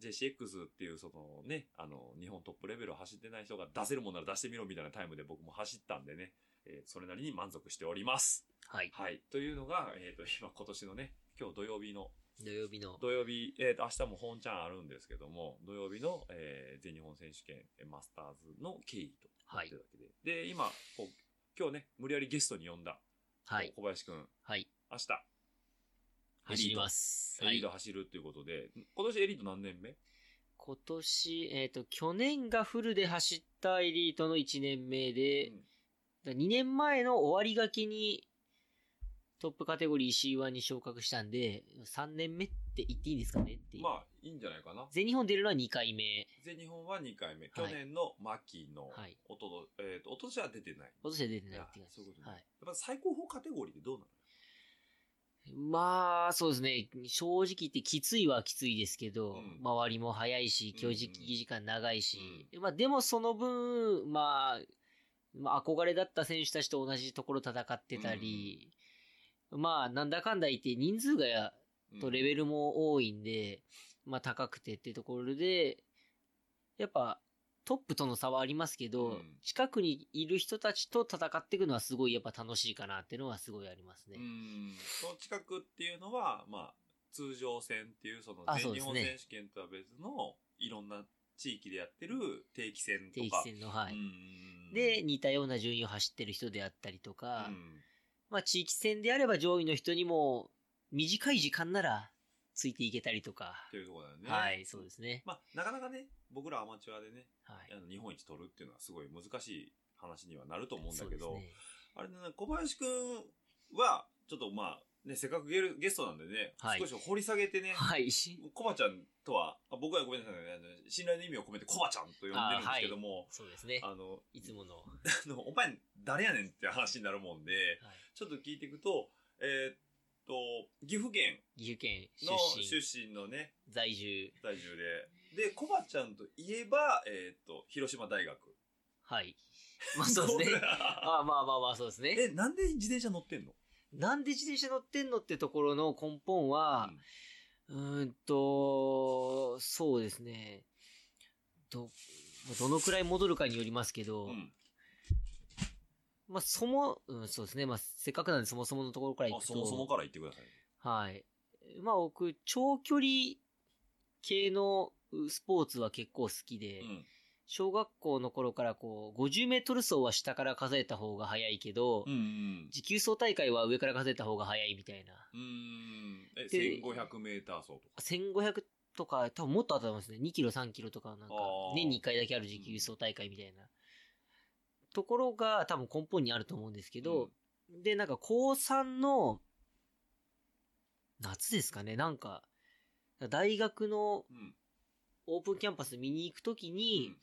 Speaker 2: JCX っていう、そのね、あの、日本トップレベルを走ってない人が出せるもんなら出してみろみたいなタイムで僕も走ったんでね、えーそれなりに満足しております。
Speaker 3: はい。
Speaker 2: はい。というのが、えっ、と、今、今年のね、今日土曜日の、
Speaker 3: 土曜日の。
Speaker 2: 土曜日、えーと、明日も本チャンあるんですけども、土曜日の、えー全日本選手権えーマスターズの経緯となってるわけで。で、今、こう、今日ね、無理やりゲストに呼んだ、
Speaker 3: はい。
Speaker 2: 小林くん、
Speaker 3: はい。
Speaker 2: 明日、
Speaker 3: 走ります。
Speaker 2: エ
Speaker 3: は
Speaker 2: リ
Speaker 3: い
Speaker 2: ート。走るということで、今年エリート何年目
Speaker 3: 今年、えっ、と、去年がフルで走ったエリートの1年目で、
Speaker 2: うん
Speaker 3: だ2年前の終わりがけに、トップカテゴリー C1 に昇格したんで、3年目って言っていいんですかねっていう。
Speaker 2: まあ、いいんじゃないかな。
Speaker 3: 全日本出るのは2回目。
Speaker 2: 全日本は2回目。
Speaker 3: い
Speaker 2: 去年の牧野、
Speaker 3: はい
Speaker 2: おとと、えっ、と、おととしは出てない。
Speaker 3: 今年は出てないって
Speaker 2: あ
Speaker 3: 感
Speaker 2: そ
Speaker 3: じ
Speaker 2: ういうこと
Speaker 3: です。
Speaker 2: ね
Speaker 3: はい。
Speaker 2: やっぱ最高峰カテゴリーでどうなの
Speaker 3: まあ、そうですね。正直言ってきついはきついですけど、
Speaker 2: うん
Speaker 3: 周りも早いし、
Speaker 2: うんう
Speaker 3: 教
Speaker 2: ん
Speaker 3: 時時間長いし、まあでもその分、まあ、まあ憧れだった選手たちと同じところ戦ってたり、まあなんだかんだ言って人数がや
Speaker 2: うん
Speaker 3: とレベルも多いんで、まあ高くてってところで、やっぱトップとの差はありますけど、
Speaker 2: うん
Speaker 3: 近くにいる人たちと戦っていくのはすごいやっぱ楽しいかなっていうのはすごいありますね。
Speaker 2: うん。その近くっていうのは、まあ、通常戦っていう、その
Speaker 3: あ
Speaker 2: 全
Speaker 3: そ
Speaker 2: 日
Speaker 3: うです
Speaker 2: 本
Speaker 3: ね
Speaker 2: 選手権とは別の、いろんな地域でやってる定期戦と
Speaker 3: 定期
Speaker 2: か。
Speaker 3: 戦の、はい。
Speaker 2: うん
Speaker 3: で、、似たような順位を走ってる人であったりと
Speaker 2: う
Speaker 3: か、
Speaker 2: ん
Speaker 3: まあ地域戦であれば上位の人にも短い時間ならついていけたりとか、
Speaker 2: っていうところだよね。
Speaker 3: はい、そうですね。
Speaker 2: まあ、なかなかね、僕らアマチュアでね、
Speaker 3: はい
Speaker 2: あ。の日本一取るっていうのはすごい難しい話にはなると思うんだけど、
Speaker 3: そうですね
Speaker 2: あれね、小林くんは、ちょっとまあ、ね、せっかくゲルゲストなんでね、
Speaker 3: はい
Speaker 2: 少し掘り下げてね、
Speaker 3: はい。
Speaker 2: コバちゃんとは、あ僕はごめんなさいね、あの信頼の意味を込めてコバちゃんと呼んでるんですけども、
Speaker 3: そうですね
Speaker 2: あ,、。の、
Speaker 3: いつもの。は
Speaker 2: あのお前誰やねんって話になるもんで、ちょっと聞いていくと、えーっと、岐阜県
Speaker 3: い、岐阜県出
Speaker 2: の
Speaker 3: 身、
Speaker 2: 出身のね、
Speaker 3: 在住。
Speaker 2: 在住で、で、コバちゃんといえば、えーっと、広島大学。。
Speaker 3: はい。まあそうですねあまあまあまあそうです ね。
Speaker 2: え、なんで自転車乗ってんの
Speaker 3: なんで自転車乗ってんのってところの根本は、
Speaker 2: うん
Speaker 3: うーんと、そうですね。ど、どのくらい戻るかによりますけど、
Speaker 2: うん
Speaker 3: まあ、そも、うん、そうですね。まあ、せっかくなんでそもそものところからい
Speaker 2: あ
Speaker 3: くと、
Speaker 2: そもそもから言ってください。
Speaker 3: はい。まあ僕、長距離系のうスポーツは結構好きで、
Speaker 2: うん。
Speaker 3: 小学校の頃からこう、50メートル走は下から数えた方が早いけど、
Speaker 2: うんうん。
Speaker 3: 持久走大会は上から数えた方が早いみたいな。
Speaker 2: うーん。え、
Speaker 3: で
Speaker 2: 1500メーター走とか。
Speaker 3: 1500とか、多分もっとあったと思うんですね。2キロ、3キロとか、なんか
Speaker 2: あ、ー
Speaker 3: 年に1回だけある持久走大会みたいな。ところが多分根本にあると思うんですけど、で、なんか高3の、夏ですかね、なんか、大学の
Speaker 2: うん。
Speaker 3: オープンキャンパス見に行くとき
Speaker 2: う
Speaker 3: に
Speaker 2: ん、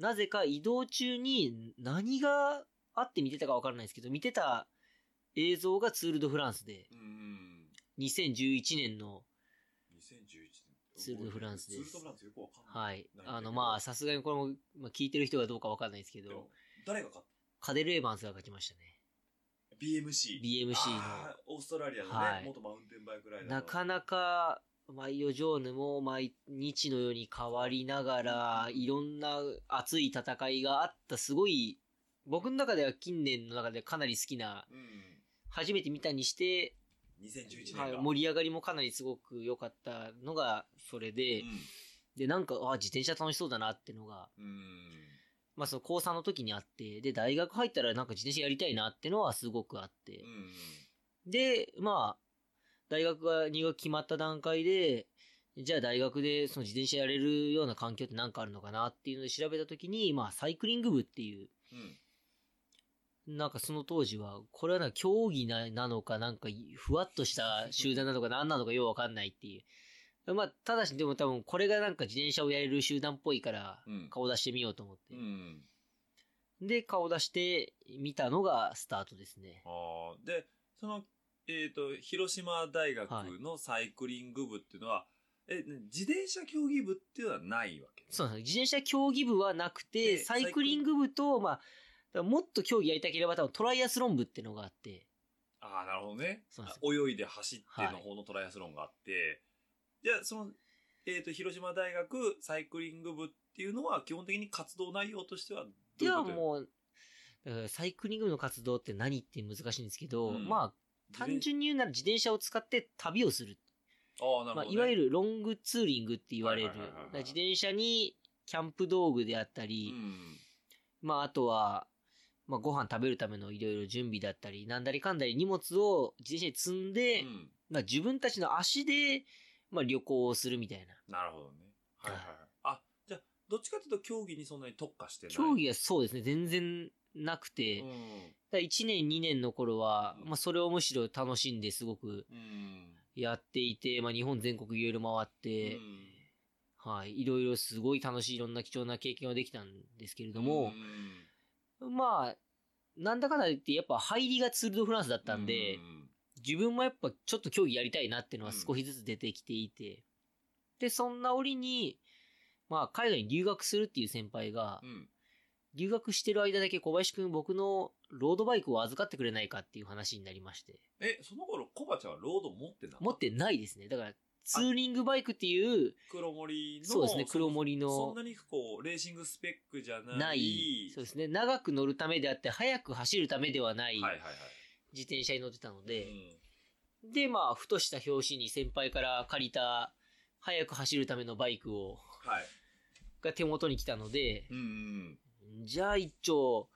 Speaker 3: なぜか移動中に何があって見てたかわからないですけど、見てた映像がツール・ド・フランスで、
Speaker 2: うんうん。
Speaker 3: 2011年の、
Speaker 2: 2011年。
Speaker 3: ツールドフランスです
Speaker 2: ツールドフランスよくわかんない。
Speaker 3: はい
Speaker 2: な。んだけど
Speaker 3: あの、まあ、さすがにこれも、まあ、聞いてる人がどうかわかんないですけ
Speaker 2: で
Speaker 3: ど
Speaker 2: も、誰が勝っ
Speaker 3: カデル・エヴァンスが勝ちましたね。
Speaker 2: た ?BMC。
Speaker 3: BMC
Speaker 2: あーオーストラリアのね、
Speaker 3: はい
Speaker 2: 元マウンテンバイクライ
Speaker 3: の。
Speaker 2: ダーの。
Speaker 3: なかなか、マイオ・ジョーヌも毎日のように変わりながら、いろんな熱い戦いがあった、すごい、僕の中では近年の中でかなり好きな、
Speaker 2: うん。
Speaker 3: 初めて見たにして、
Speaker 2: 2011年が。
Speaker 3: はい、盛り上がりもかなりすごく良かったのがそれで、で、なんか、あ、自転車楽しそうだなってのが、
Speaker 2: うん。うん。
Speaker 3: まあその高3の時にあって、で、大学入ったらなんか自転車やりたいなってのはすごくあって
Speaker 2: う。ん。
Speaker 3: で、まあ、大学が入学決まった段階で、じゃあ大学でその自転車やれるような環境って何かあるのかなっていうので調べた時に、まあサイクリング部っていう、
Speaker 2: うん。
Speaker 3: なんかその当時は、これはなんか競技ななのかなんかふわっと した集団なのか何なのかようわかんないっていう。まあ、ただしでも多分これがなんか自転車をやれる集団っぽいから
Speaker 2: うん
Speaker 3: 顔出してみようと思って
Speaker 2: う。ん。
Speaker 3: で、顔出してみたのがスタートですね。
Speaker 2: ああ。で、その、えっ、と、広島大学のサイクリング部っていうのは、え、自転車競技部っていうのはないわけ
Speaker 3: そうなんです。自転車競技部はなく
Speaker 2: で
Speaker 3: て、サイクリング部と、まあ、だからもっと競技やりたければ多分トライアスロン部っていうのがあって、
Speaker 2: ああ、なるほどね。
Speaker 3: そうなんです
Speaker 2: 泳いで走って
Speaker 3: はい
Speaker 2: の方のトライアスロンがあって、じゃあ、その、えっ、と、広島大学サイクリング部っていうのは、基本的に活動内容としてはどう
Speaker 3: で
Speaker 2: いう
Speaker 3: は
Speaker 2: ことや
Speaker 3: もう、だからサイクリング部の活動って何って難しいんですけど、
Speaker 2: うん
Speaker 3: まあ、単純に言うなら自転車を使って旅をする。
Speaker 2: ああ、なるほど、ね
Speaker 3: まあ、いわゆるロングツーリングって言われる。
Speaker 2: はい
Speaker 3: だ
Speaker 2: はいはいはいはい
Speaker 3: から自転車にキャンプ道具であったり、
Speaker 2: うん
Speaker 3: まあ、あとは、まあ、ご飯食べるためのいろいろ準備だったり、なんだりかんだり荷物を自転車に積んで、
Speaker 2: うん
Speaker 3: まあ、自分たちの足で、まあ、旅行をするみたいな。
Speaker 2: なるほどね。はいはいはい。あ、じゃあ、どっちかというと競技にそんなに特化してない。
Speaker 3: 競技はそうですね、全然なくて、
Speaker 2: う
Speaker 3: だか
Speaker 2: ん。
Speaker 3: ら1年、2年の頃は、
Speaker 2: うん
Speaker 3: まあ、それをむしろ楽しんですごく
Speaker 2: うん。
Speaker 3: やっていて、まあ、日本全国いろいろ回って、
Speaker 2: うん
Speaker 3: はい、いろいろすごい楽しい、いろんな貴重な経験ができたんですけれども
Speaker 2: う、ん
Speaker 3: まあ、なんだかんだ言って、やっぱ入りがツール・ド・フランスだったんで、
Speaker 2: うん
Speaker 3: 自分もやっぱちょっと競技やりたいなっていうのは少しずつ出てきていて、で、そんな折に、まあ、海外に留学するっていう先輩が、
Speaker 2: うん。
Speaker 3: 留学してる間だけ小林くん僕のロードバイクを預かってくれないかっていう話になりまして、
Speaker 2: え、その頃、コバちゃんはロード持ってなかった
Speaker 3: 持ってないですね。だから、ツーリングバイクっていう、
Speaker 2: 黒森の。
Speaker 3: そうですね、黒森
Speaker 2: そそん
Speaker 3: の
Speaker 2: なにこう、レーシングスペックじゃない。
Speaker 3: ない、そうですね、長く乗るためであって、速く走るためではない
Speaker 2: はいはいはい。
Speaker 3: 自転車に乗ってたの
Speaker 2: う
Speaker 3: で、
Speaker 2: ん
Speaker 3: で、まあ、ふとした表紙に先輩から借りた、速く走るためのバイクを、
Speaker 2: はい。
Speaker 3: が手元に来たので、
Speaker 2: うんうん。
Speaker 3: じゃあ一丁、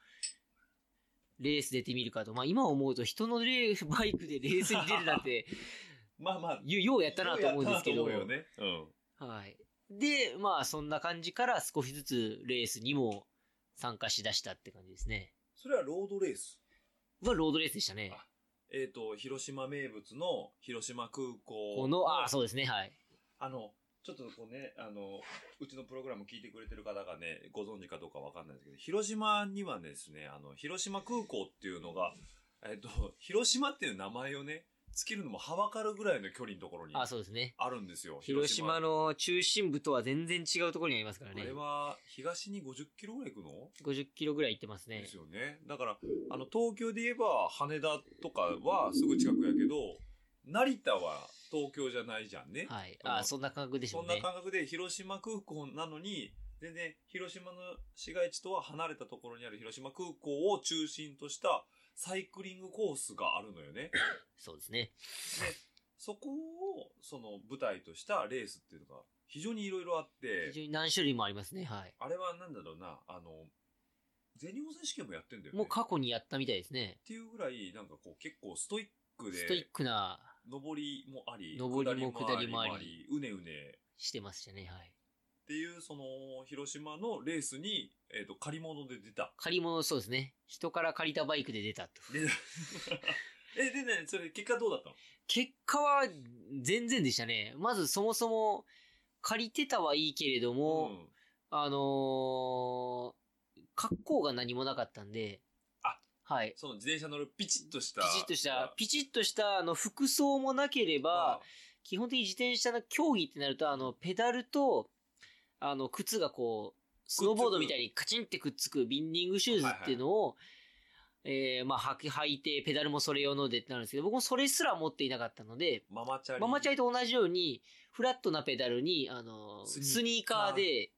Speaker 3: レース出てみるかと。まあ今思うと人のレーバイクでレースに出るなん て、
Speaker 2: まあまあ、
Speaker 3: よようやったなと思うんですけど。
Speaker 2: やったなと思うよね。うん。
Speaker 3: はい。で、まあそんな感じから少しずつレースにも参加しだしたって感じですね。
Speaker 2: それはロードレース。
Speaker 3: はロードレースでしたね。
Speaker 2: あえっと、広島名物の広島空港
Speaker 3: この、ああ、そうですね、はい。
Speaker 2: あの、ちょっとこうね、あの、うちのプログラム聞いてくれてる方がね、ご存知かどうかわかんないですけど、広島にはですね、あの、広島空港っていうのが、えっと、広島っていう名前をね、つけるのもはばかるぐらいの距離のところに
Speaker 3: ああ、
Speaker 2: あ
Speaker 3: そうですね。
Speaker 2: るんですよ。
Speaker 3: 広島の中心部とは全然違うところにありますから
Speaker 2: あ
Speaker 3: ね
Speaker 2: れ。は、東に50キロぐらい行くの
Speaker 3: 50キロぐらい行ってますね
Speaker 2: で。すよね。だから、あの、東京で言えば、羽田とかはすぐ近くやけど、成田は東京じゃないじゃんね。
Speaker 3: はい。ああ、そんな感覚でしょ
Speaker 2: そ
Speaker 3: うんね。
Speaker 2: な感覚で広島空港なのに、全然広島の市街地とは離れたところにある広島空港を 中心としたサイクリングコースがあるのよね。
Speaker 3: そうですね。
Speaker 2: そこを、その舞台としたレースっていうのが非常にいろいろあって
Speaker 3: 非、常に何種類もありますね。はい。
Speaker 2: あれはなんだろうな、あの、全日本選手権もやってんだよね。
Speaker 3: もう過去にやったみたいですね
Speaker 2: っ。ていうぐらい、なんかこう結構ストイックで、
Speaker 3: ストイックな、
Speaker 2: 上りもあり、
Speaker 3: 上り
Speaker 2: 下りも
Speaker 3: も
Speaker 2: あ
Speaker 3: 下りもあ
Speaker 2: り、うねうね
Speaker 3: してましたね。はい。
Speaker 2: っていう、その、広島のレースに、えっ、と、借り物で出た。
Speaker 3: 借り物、そうですね。人から借りたバイクで出たと。
Speaker 2: で え、でね、それ結果どうだったの
Speaker 3: 結果は、全然でしたね。まずそもそも、借りてたはいいけれども、
Speaker 2: うん
Speaker 3: あのー格好が何もなかったんで、
Speaker 2: あ
Speaker 3: はい。
Speaker 2: その自転車乗るピチッとした。
Speaker 3: ピチッとした、ピチッとした、あの、服装もなければ、基本的に自転車の競技ってなると、あの、ペダルと、あの、靴がこう、スノーボードみたいにカチンってくっつくビンディングシューズっていうのを、えー、まあ、履き、履いて、ペダルもそれ用のでってなるんですけど、僕もそれすら持っていなかったので、
Speaker 2: ママチャリ。
Speaker 3: ママチャリと同じように、フラットなペダルに、あの、
Speaker 2: スニーカー
Speaker 3: スニーカーで、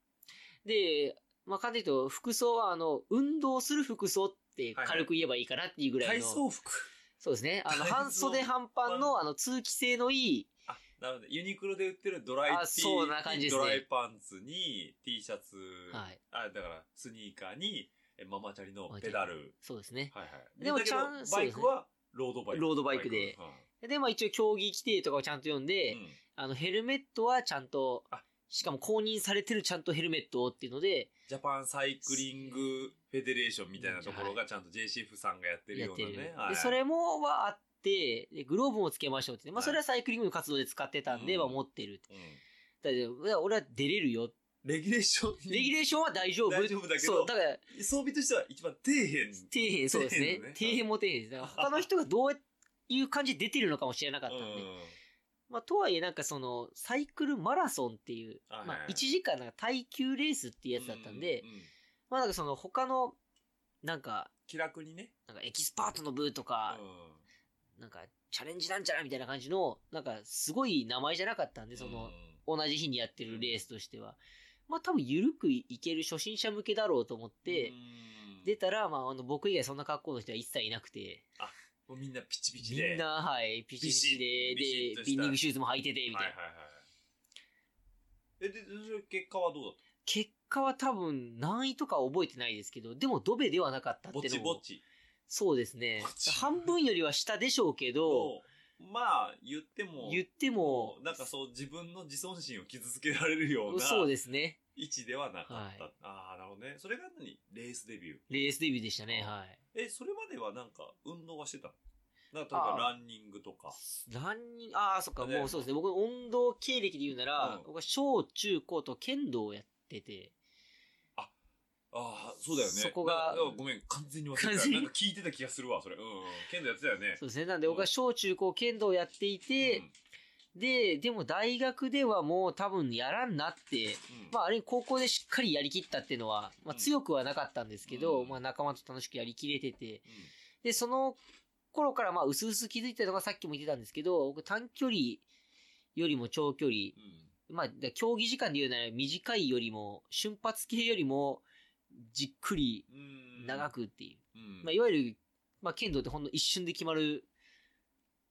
Speaker 3: で、まあ、かというと、服装は、あの、運動する服装って軽く言えばいいかなっていうぐらいの。
Speaker 2: 体操服。
Speaker 3: そうですね。あの、
Speaker 2: 改造
Speaker 3: 半袖半パンの、あの、通気性のいい、
Speaker 2: あ、なるほど。ユニクロで売ってるドライ
Speaker 3: あそうな感じですね
Speaker 2: ドライパンツに、T シャツ、
Speaker 3: はい。
Speaker 2: あ、だから、スニーカーに、えママチャリの
Speaker 3: ママチャ
Speaker 2: ペ
Speaker 3: リ
Speaker 2: ダル。
Speaker 3: そうですね。
Speaker 2: はいはい。
Speaker 3: でも
Speaker 2: だけど
Speaker 3: ちゃんそう
Speaker 2: バ
Speaker 3: で
Speaker 2: イ
Speaker 3: すね
Speaker 2: クは、ロードバイク。
Speaker 3: ロードバイクで
Speaker 2: バイ
Speaker 3: で、まあ一応競技規定とかをちゃんと読ん
Speaker 2: ク
Speaker 3: で、
Speaker 2: うんうん
Speaker 3: あの、ヘルメットはちゃんと
Speaker 2: あ、
Speaker 3: しかも公認されてるちゃんとヘルメットをっていうので、
Speaker 2: ジャパンサイクリングフェデレーションみたいなところがちゃんと JCF さんがやってる
Speaker 3: や
Speaker 2: よ
Speaker 3: っ
Speaker 2: う
Speaker 3: て
Speaker 2: な
Speaker 3: る。
Speaker 2: ね。
Speaker 3: で、それ
Speaker 2: も
Speaker 3: も、はあって、でグローブもつけましょうってね。まあ
Speaker 2: はい
Speaker 3: それはサイクリングの活動で使ってたんで、
Speaker 2: うん
Speaker 3: は持ってる。だってだから俺は出れるよ。
Speaker 2: レギュレーション
Speaker 3: レギュレーションは大丈夫。
Speaker 2: 大丈夫だけど
Speaker 3: そう、だから、
Speaker 2: 装備としては一番底辺。
Speaker 3: 底辺、そうです
Speaker 2: 底
Speaker 3: ね。
Speaker 2: 辺のね
Speaker 3: 底辺も底辺です。だから他の人がどういう感じで出てるのかもしれなかったんで。
Speaker 2: うん
Speaker 3: まあ、とはいえ、なんかその、サイクルマラソンっていう、
Speaker 2: はいはい
Speaker 3: まあ、1時間なんか耐久レースっていうやつだったんで、
Speaker 2: うううん
Speaker 3: まあ、なんかその、他の、なんか、
Speaker 2: 気楽にね。
Speaker 3: なんかエキスパートの部とか
Speaker 2: うん、
Speaker 3: なんか、チャレンジなんちゃらみたいな感じの、なんか、すごい名前じゃなかったんで、その、同じ日にやってるレースとしては。まあ、多分、ゆるくいける初心者向けだろうと思っ
Speaker 2: う
Speaker 3: て、
Speaker 2: ん
Speaker 3: 出たら、まあ、あの、僕以外そんな格好の人は一切いなくて、
Speaker 2: もうみんなピチピチで。
Speaker 3: みんな、はい、ピチピチで、
Speaker 2: ビシッと
Speaker 3: で、
Speaker 2: した
Speaker 3: ビンディングシューズも履いてて、みたいな。
Speaker 2: はいはいはい。え、で、それ結果はどうだっ
Speaker 3: 結果は多分難易とかは覚えてないですけど、でもドベではなかった
Speaker 2: た
Speaker 3: って
Speaker 2: ぼ
Speaker 3: いう
Speaker 2: ち
Speaker 3: のも。
Speaker 2: ぼち。
Speaker 3: そうですね
Speaker 2: ぼち。
Speaker 3: 半分よりは下でしょうけど、
Speaker 2: まあ、言っても、
Speaker 3: 言っても、
Speaker 2: なんかそう、自分の自尊心を傷つけられるような
Speaker 3: そうですね。
Speaker 2: 位置ではなかった。
Speaker 3: は
Speaker 2: ああ、なるほどね。それが何レースデビュー。
Speaker 3: レースデビューでしたね、はい。
Speaker 2: え、それまではなんか、運動はしてたのなんか、例え
Speaker 3: あ
Speaker 2: ば
Speaker 3: ー
Speaker 2: ランニングとか。
Speaker 3: ランニング、ああ、そっか、
Speaker 2: ね
Speaker 3: もうそうですね。僕、運動経歴で言うなら、
Speaker 2: うん
Speaker 3: 僕は小中高と剣道をやってて、
Speaker 2: ああ、そうだよね。
Speaker 3: そこが
Speaker 2: なんかごめん、完全に忘れ
Speaker 3: 完
Speaker 2: て
Speaker 3: 全
Speaker 2: た。
Speaker 3: に
Speaker 2: なんか聞いてた気がするわ、それ。うんうん。剣道やってたよね。
Speaker 3: そうですね。なんで僕は小中高剣道をやっていて、で、でも大学ではもう多分やらんなって、
Speaker 2: うん、うん
Speaker 3: まあ、あれ高校でしっかりやりきったっていうのは、まあ、強くはなかったんですけど、
Speaker 2: うん
Speaker 3: まあ、仲間と楽しくやりきれてて、
Speaker 2: うん
Speaker 3: で、その頃から、まあ、薄々気づいたのがさっきも言ってたんですけど、僕、短距離よりも長距離、
Speaker 2: うん
Speaker 3: まあ、だから競技時間で言うなら短いよりも、瞬発系よりも、じっくり
Speaker 2: うん
Speaker 3: 長、くっていう。
Speaker 2: うん
Speaker 3: まあ、いわゆる、まあ、剣道ってほんの一瞬で決まる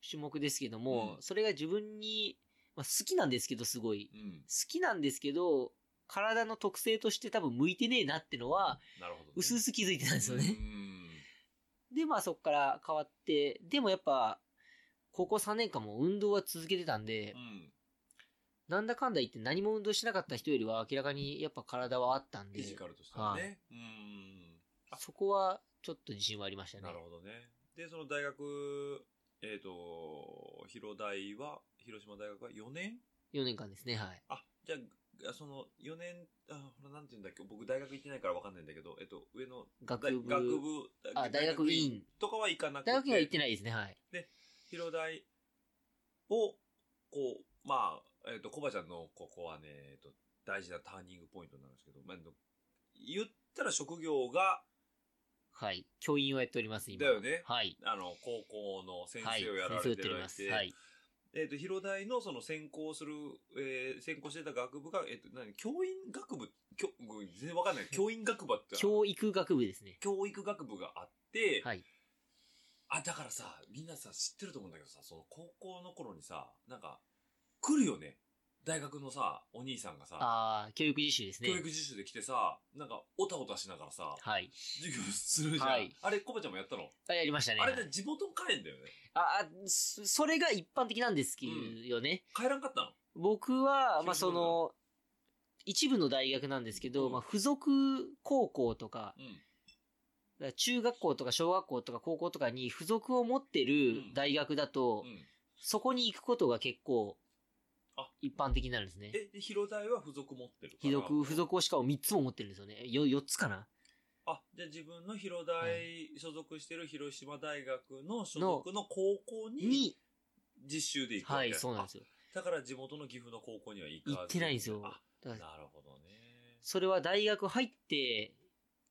Speaker 3: 種目ですけども、
Speaker 2: うん
Speaker 3: それが自分に、まあ、好きなんですけど、すごい。
Speaker 2: うん
Speaker 3: 好きなんですけど、体の特性として多分向いてねえなってのは、
Speaker 2: なるほどね、
Speaker 3: うすうす気づいてたんですよ
Speaker 2: う
Speaker 3: ね。
Speaker 2: ん
Speaker 3: で、まあそっから変わって、でもやっぱ、高校3年間も運動は続けてたんで
Speaker 2: う、ん。
Speaker 3: なんだかんだ言って何も運動してなかった人よりは明らかにやっぱ体はあったん
Speaker 2: フ
Speaker 3: で
Speaker 2: ィ、ジカルとしてはね。う
Speaker 3: は
Speaker 2: ん。
Speaker 3: そこはちょっと自信はありましたね
Speaker 2: な。るほどね。で、その大学、えっ、と、広大は、広島大学は4年
Speaker 3: 4年間ですね、はい。
Speaker 2: あ、じゃあ、その4年、あ、ほら、なんて言うんだっけ、僕大学行ってないからわかんないんだけど、えっと、上の
Speaker 3: 学部
Speaker 2: 大学部
Speaker 3: あ、大学
Speaker 2: 院
Speaker 3: 院。
Speaker 2: とかは行かなくて、
Speaker 3: 大学院は行ってないですね、はい。
Speaker 2: 広大を、こう、まあ、えっ、と、コバちゃんのここはね、えっ、と、大事なターニングポイントなんですけど、まあ、えっと言ったら職業が、
Speaker 3: はい。教員をやっております、今。
Speaker 2: だよね
Speaker 3: はい。
Speaker 2: あの、高校の先
Speaker 3: はい。
Speaker 2: 生をやら
Speaker 3: 先
Speaker 2: れ
Speaker 3: 生をやってて
Speaker 2: る
Speaker 3: おり
Speaker 2: わ
Speaker 3: ま
Speaker 2: け
Speaker 3: す。
Speaker 2: で
Speaker 3: はい。
Speaker 2: えっ、と、広大のその専攻する、えー専攻してた学部が、えっ、と、何、教員学部、教ごめん全然わ かんない。教員学部って、
Speaker 3: 教育学部ですね。
Speaker 2: 教育学部があって、
Speaker 3: はい。
Speaker 2: あ、だからさ、みんなさ、知ってると思うんだけどさ、その高校の頃にさ、なんか、来るよね。大学のさ、お兄さんがさ、
Speaker 3: ああ、教育実習ですね。
Speaker 2: 教育実習で来てさ、なんか、おたおたしながらさ、
Speaker 3: はい。
Speaker 2: 授業するじゃん。
Speaker 3: はい
Speaker 2: あれ、コバちゃんもやったの
Speaker 3: あ、やりましたね。
Speaker 2: あれで地元に帰んだよね。
Speaker 3: あ、あそそれが一般的なんですけどよね。
Speaker 2: 帰らんかったの
Speaker 3: 僕は、まあ
Speaker 2: そうなん
Speaker 3: そ
Speaker 2: だ
Speaker 3: の、一部の大学なんですけど、
Speaker 2: うん
Speaker 3: まあ付属高校とか、
Speaker 2: うん。
Speaker 3: だから中学校とか小学校とか高校とかに付属を持ってる
Speaker 2: うん
Speaker 3: 大学だと、
Speaker 2: うん。
Speaker 3: そこに行くことが結構
Speaker 2: あ、
Speaker 3: 一般的になるんですね。
Speaker 2: え、で広大は付属持ってるから
Speaker 3: 付属、付。属をしかも3つも持ってるんですよね。よ、4つかな
Speaker 2: あ、じゃあ自分の広大、
Speaker 3: は
Speaker 2: 所属してる広島大学の所属の高校に
Speaker 3: に、
Speaker 2: 実習で行くわ
Speaker 3: は
Speaker 2: け
Speaker 3: い、そうなんですよ。
Speaker 2: あだから地元の岐阜の高校には行かず
Speaker 3: 行ってないんですよ。
Speaker 2: あ、
Speaker 3: だから
Speaker 2: なるほどね。
Speaker 3: それは大学入って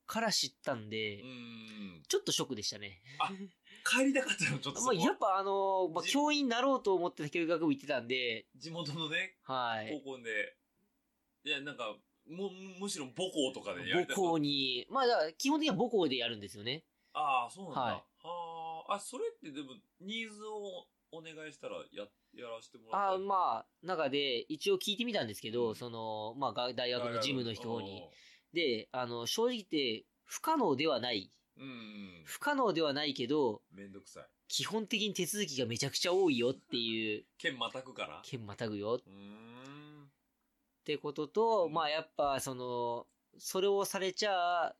Speaker 3: から知ったんで、
Speaker 2: うーん。
Speaker 3: ちょっとショックでしたね。
Speaker 2: 帰りたかったの、ちょっとそ
Speaker 3: まあ、
Speaker 2: こ
Speaker 3: やっぱあのーまあ、
Speaker 2: じ
Speaker 3: 教員になろうと思って教育学部行ってたんで、
Speaker 2: 地元のね、
Speaker 3: はい。
Speaker 2: 高校で。いや、なんか、む、むしろ母校とかでやりたかっ
Speaker 3: 母
Speaker 2: た
Speaker 3: 校に、まあ、だから基本的には母校でやるんですよね。
Speaker 2: ああ、そうなんだ。
Speaker 3: は
Speaker 2: はいあ。あ、それってでも、ニーズをお願いしたらや、やらせてもら
Speaker 3: あ
Speaker 2: った
Speaker 3: ーまあ、中で一応聞いてみたんですけ
Speaker 2: う
Speaker 3: ど、
Speaker 2: ん
Speaker 3: その、まあが、大学の事務の人に。。で、あの、正直言って、不可能ではない。
Speaker 2: うんうん。
Speaker 3: 不可能ではないけど、
Speaker 2: めんどくさい。
Speaker 3: 基本的に手続きがめちゃくちゃ多いよっていう、
Speaker 2: 県またくから
Speaker 3: 県またぐよ
Speaker 2: うーん。
Speaker 3: ってことと、
Speaker 2: うん
Speaker 3: まあやっぱその、それをされちゃ、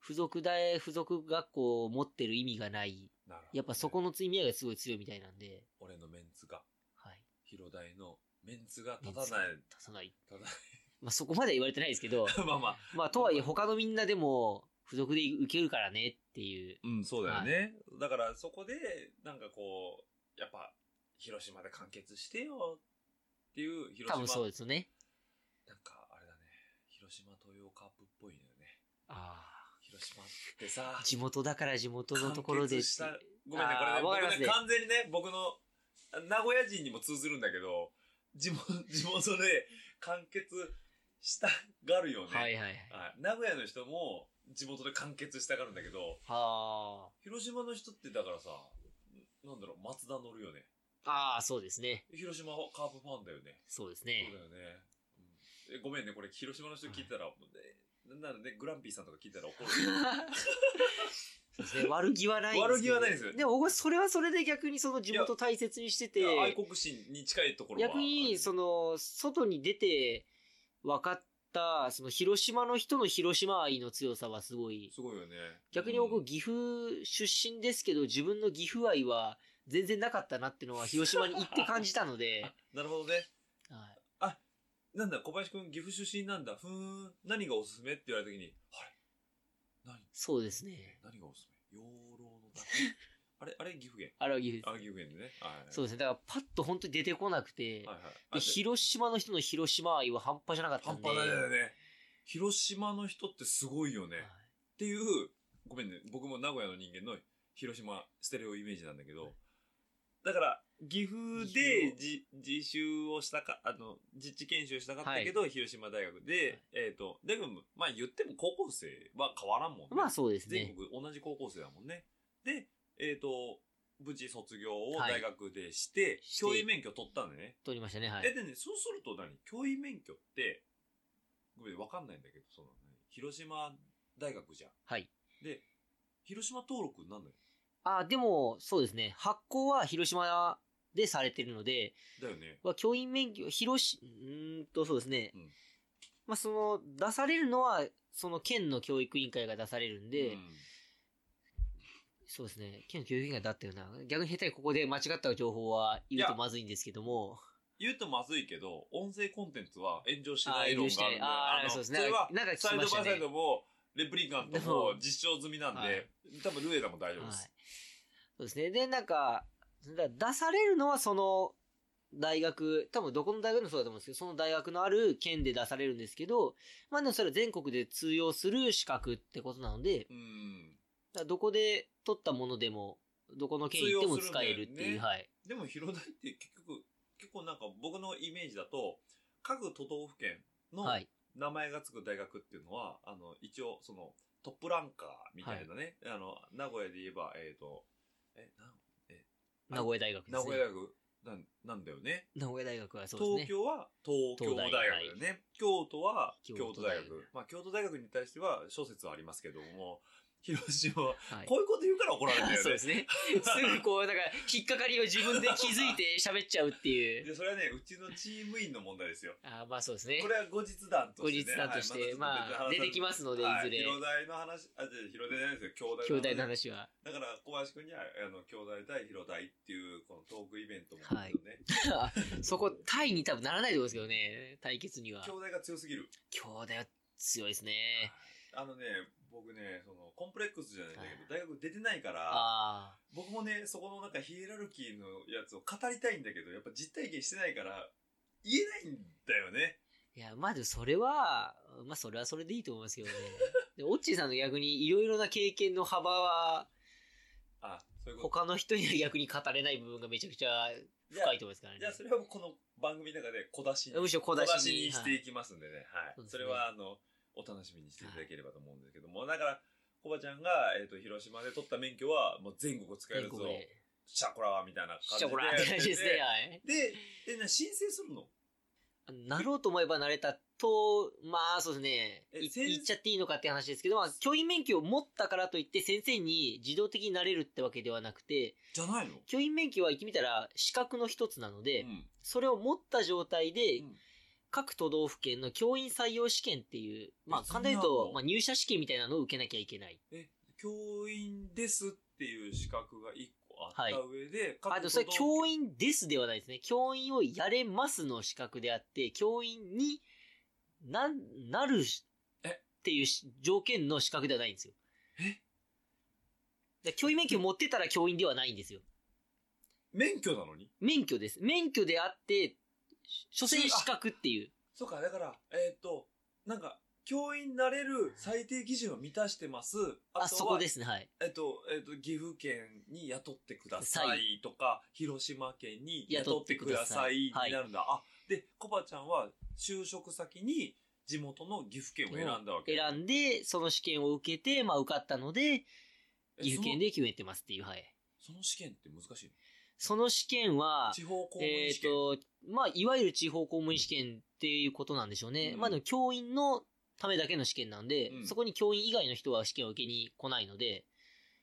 Speaker 3: 付属大、付属学校を持ってる意味がない。
Speaker 2: なるほどね
Speaker 3: やっぱそこ。の意味合いがすごい強いみたいなんで、
Speaker 2: 俺のメンツが、
Speaker 3: はい。
Speaker 2: 広大のメンツが立
Speaker 3: 立
Speaker 2: たない。
Speaker 3: たない。
Speaker 2: 立
Speaker 3: まあそこまでは言われてないです けど、
Speaker 2: たない。まあまあ。
Speaker 3: まあとはいえ他のみんなでも、付属で受けるからねっていう。
Speaker 2: うん、そうだよね。だからそこで、なんかこう、やっぱ、広島で完結してよっていう、広島。
Speaker 3: 多分そうですよね。
Speaker 2: なんか、あれだね。広島東洋カープっぽいのよね。
Speaker 3: あ
Speaker 2: 広島って さ
Speaker 3: あ。、地元だから地元のところで
Speaker 2: 完
Speaker 3: って。
Speaker 2: 結したごめんね、これ
Speaker 3: あ
Speaker 2: ね
Speaker 3: ーわ
Speaker 2: 僕
Speaker 3: かりま
Speaker 2: ね
Speaker 3: すね
Speaker 2: 完全にね、僕の、名古屋人にも通ずるんだけど、地元、 地元で完結したがるよね。
Speaker 3: はいはいはい。
Speaker 2: はい名古屋の人も地元で完結したがるんだけど、
Speaker 3: は
Speaker 2: 広島の人ってだからさ、なんだろう、松田乗るよね。
Speaker 3: あ。ああ、そうですね。
Speaker 2: 広島カープファンだよね。
Speaker 3: そうです
Speaker 2: そ
Speaker 3: ね
Speaker 2: う。だよね。うんえごめんね、これ広島の人聞いたら、もうねなんで、ね、グランピーさんとか聞いたら怒る。
Speaker 3: そうですね。悪気はないんですけど。
Speaker 2: 悪気はないですよ
Speaker 3: でも僕はそれはそれで逆にその地元大切にしてて
Speaker 2: い、や愛国心に近いところは。
Speaker 3: 逆にそ
Speaker 2: の、
Speaker 3: の、外に出て分かった、その広島の人の広島愛の強さはすごい。
Speaker 2: すごいよね。
Speaker 3: 逆に
Speaker 2: う
Speaker 3: 僕
Speaker 2: ん
Speaker 3: 岐阜出身ですけど、自分の岐阜愛は全然なかったなって のは広島に行って感じたので、
Speaker 2: あなるほどね。
Speaker 3: はい
Speaker 2: なんだ、小林くん岐阜出身なんだ。ふーん。何がおすすめって言われた時に、あれ何
Speaker 3: そうですね。
Speaker 2: 何がおすすめ養老の滝。あれあれ岐阜県
Speaker 3: あれは岐阜
Speaker 2: あ
Speaker 3: で
Speaker 2: れ岐阜県でね。はい。
Speaker 3: す。そううですね。だからパッと本当に出てこなく
Speaker 2: はい
Speaker 3: て、
Speaker 2: はい。あ
Speaker 3: で、広島の人の広島愛は半端じゃなかった
Speaker 2: 半
Speaker 3: んで。
Speaker 2: 端ないよね。広島の人ってすごいよね。
Speaker 3: はい
Speaker 2: っていう、ごめんね、僕も名古屋の人間の広島ステレオイメージなんだけど、だから、岐阜でじ自習をしたか、あの、実地研修したかったけど、広島大学で、えっ、と、だけど、まあ言っても高校生は変わらんもんね。
Speaker 3: まあそうですね
Speaker 2: 全。国同じ高校生だもんね。で、えっ、と、無事卒業を
Speaker 3: はい
Speaker 2: 大学でして、
Speaker 3: して
Speaker 2: 教員免許取ったんだね。
Speaker 3: 取りましたね、はい。
Speaker 2: え、でね、そうすると何教員免許って、ごめん、わかんないんだけど、その、広島大学じゃん。
Speaker 3: はい。
Speaker 2: で、広島登録なんだよ。
Speaker 3: あ、でも、そうですね。発行は広島でされてるので、
Speaker 2: だよね。
Speaker 3: は教員免許、広し、うーんと、そうですね。
Speaker 2: うん
Speaker 3: まあ、その、出されるのは、その県の教育委員会が出されるんで、
Speaker 2: うん
Speaker 3: そうですね。県の教育委員会だったよな。逆に下手にここで間違った情報は言うとまずいんですけども。
Speaker 2: 言うとまずいけど、音声コンテンツは炎上し
Speaker 3: あ
Speaker 2: な
Speaker 3: ー
Speaker 2: い論
Speaker 3: し
Speaker 2: があるんだよ
Speaker 3: あー
Speaker 2: の
Speaker 3: そうですね。
Speaker 2: れは、
Speaker 3: なんか聞
Speaker 2: サ
Speaker 3: き
Speaker 2: イ
Speaker 3: ま
Speaker 2: ドバ
Speaker 3: した
Speaker 2: イ
Speaker 3: ね。
Speaker 2: サイドも、レプリカント
Speaker 3: でも
Speaker 2: も実証済みなんで、
Speaker 3: はい
Speaker 2: 多分ルエダも大丈夫で
Speaker 3: はい
Speaker 2: す。。
Speaker 3: そうですね。で、なんか、だ出されるのはその大学、多分どこの大学でもそうだと思うんですけど、その大学のある県で出されるんですけど、まあでもそれは全国で通用する資格ってことなので、
Speaker 2: うん。
Speaker 3: だからどこで取ったものでも、どこの県行っても使えるっ
Speaker 2: 通用する
Speaker 3: て
Speaker 2: んだ
Speaker 3: いう、
Speaker 2: よね
Speaker 3: はい。
Speaker 2: でも広大って結局、結構なんか僕のイメージだと、各都道府県の
Speaker 3: はい。
Speaker 2: 名前がつく大学っていうのは、あの、一応、その、トップランカーみたいなね、あの、名古屋で言えば、えっ、と、え、なんえ、
Speaker 3: 名古屋大学ですね。
Speaker 2: 名古屋大学なんなんだよね。
Speaker 3: 名古屋大学はそうですね。
Speaker 2: 東京は東京大学だよね。京都は京
Speaker 3: 京
Speaker 2: 都
Speaker 3: 都
Speaker 2: 大
Speaker 3: 大
Speaker 2: 学
Speaker 3: 学。
Speaker 2: まあ、京都大学に対しては諸説はありますけど も、広島は、
Speaker 3: はい
Speaker 2: こういうこと言うから怒られるんだよ
Speaker 3: そ
Speaker 2: ね
Speaker 3: うで。すね。すぐこう、なんか、引っかかりを自分で気づいて喋っちゃうって い
Speaker 2: で
Speaker 3: う。
Speaker 2: それはね、うちのチーム員の問題ですよ。
Speaker 3: あーまあそうですね
Speaker 2: こ。れは後日談と
Speaker 3: 後
Speaker 2: し
Speaker 3: 日
Speaker 2: て、ね。
Speaker 3: 談として、
Speaker 2: はい
Speaker 3: まあ、出てき
Speaker 2: ま
Speaker 3: ますの
Speaker 2: た
Speaker 3: で、い
Speaker 2: ちょっと
Speaker 3: ず
Speaker 2: 別
Speaker 3: れ
Speaker 2: に、話はい、広大の話、あ、じゃあ広大じゃないですよ、
Speaker 3: 兄
Speaker 2: 京
Speaker 3: 弟
Speaker 2: 大
Speaker 3: の
Speaker 2: の話。
Speaker 3: 話は。
Speaker 2: だから、小林くんには、あの、兄弟対広大っていう、このトークイベントも、ね、
Speaker 3: はいそこ、タイに多分ならないと思うんですけどね、対決には。
Speaker 2: 兄弟が強すぎる。
Speaker 3: 兄弟は強いですね。
Speaker 2: あのね、僕ね、その、コンプレックスじゃないんだけど、大学出てないから、
Speaker 3: あ
Speaker 2: 僕もね、そこのなんかヒエラルキーのやつを語りたいんだけど、やっぱ実体験してないから、言えないんだよね。
Speaker 3: あ。いや、まずそれは、まあそれはそれでいいと思いま すけどね。で、オッチーさんの逆にいろいろな経験の幅は、
Speaker 2: あ、そういうこと。
Speaker 3: 他の人には逆に語れない部分がめちゃくちゃ
Speaker 2: じゃあ
Speaker 3: 深いと思いますからね
Speaker 2: じゃあ、。それはこの番組の中で小出しに。
Speaker 3: むしろ小
Speaker 2: 小
Speaker 3: 出
Speaker 2: 出
Speaker 3: し
Speaker 2: し
Speaker 3: に。
Speaker 2: にしていきますんでね。はい。
Speaker 3: そうです
Speaker 2: そ
Speaker 3: ね
Speaker 2: れは、あの、お楽しみにしていただければと思うんですけども、だから、コバちゃんが、えっ、と、広島で取った免許は、もう全国使え
Speaker 3: はい
Speaker 2: るぞ
Speaker 3: こ。こで
Speaker 2: シャコラーみたいな感じ
Speaker 3: シ
Speaker 2: で。
Speaker 3: ャコラーって感じですね。はい。
Speaker 2: で、え、な、申請するの
Speaker 3: なろうと思えばなれたと、まあそうですね。
Speaker 2: え
Speaker 3: い
Speaker 2: 先生
Speaker 3: 言っちゃっていいのかって話ですけど、まあ教員免許を持ったからといって先生に自動的になれるってわけではなくて、
Speaker 2: じゃないの
Speaker 3: 教員免許は言ってみたら資格の一つなので、
Speaker 2: うん。
Speaker 3: それを持った状態で、
Speaker 2: うん
Speaker 3: 各都道府県の教員採用試験っていう、まあ
Speaker 2: えそ
Speaker 3: 簡
Speaker 2: んな
Speaker 3: 単に言う
Speaker 2: の
Speaker 3: と、まあ入社試験みたいなのを受けなきゃいけない。
Speaker 2: え、教員ですっていう資格が一個あった上で、
Speaker 3: あ、でもそれは教員ですではないですね。教員をやれますの資格であって、教員にな、なるし
Speaker 2: え
Speaker 3: っていうし条件の資格ではないんですよ。
Speaker 2: え
Speaker 3: で教員免許持ってたら教員ではないんですよ。
Speaker 2: 免許なのに
Speaker 3: 免許です。免許であって、所詮
Speaker 2: 中あ
Speaker 3: 資格っていう。
Speaker 2: そうか、だから、えーっと、なんか、教員になれる最低基準を満たしてます。
Speaker 3: あ、
Speaker 2: は
Speaker 3: そこですね、はい。
Speaker 2: えっと、えっと、岐阜県に雇ってくださ
Speaker 3: はい
Speaker 2: とか、広島県に雇
Speaker 3: 雇
Speaker 2: っ
Speaker 3: ってて
Speaker 2: く
Speaker 3: く
Speaker 2: だ
Speaker 3: だ
Speaker 2: さ
Speaker 3: さ
Speaker 2: い
Speaker 3: い
Speaker 2: になるんだ。あ、で、コバちゃんは就職先に地元の岐阜県を選んだわけ。
Speaker 3: 選んで、その試験を受けて、まあ受かったので、
Speaker 2: え
Speaker 3: 岐阜県で決めてますっていう、はい。
Speaker 2: その。その試験って難しい
Speaker 3: その試験は
Speaker 2: の、地方公務
Speaker 3: え
Speaker 2: 員
Speaker 3: っ
Speaker 2: 試験。
Speaker 3: と、まあ、いわゆる地方公務員試験っていうことなんでしょうね。
Speaker 2: うん
Speaker 3: まあでも教員のためだけの試験なんで、
Speaker 2: うん
Speaker 3: そこに教員以外の人は試験を受けに来ないので、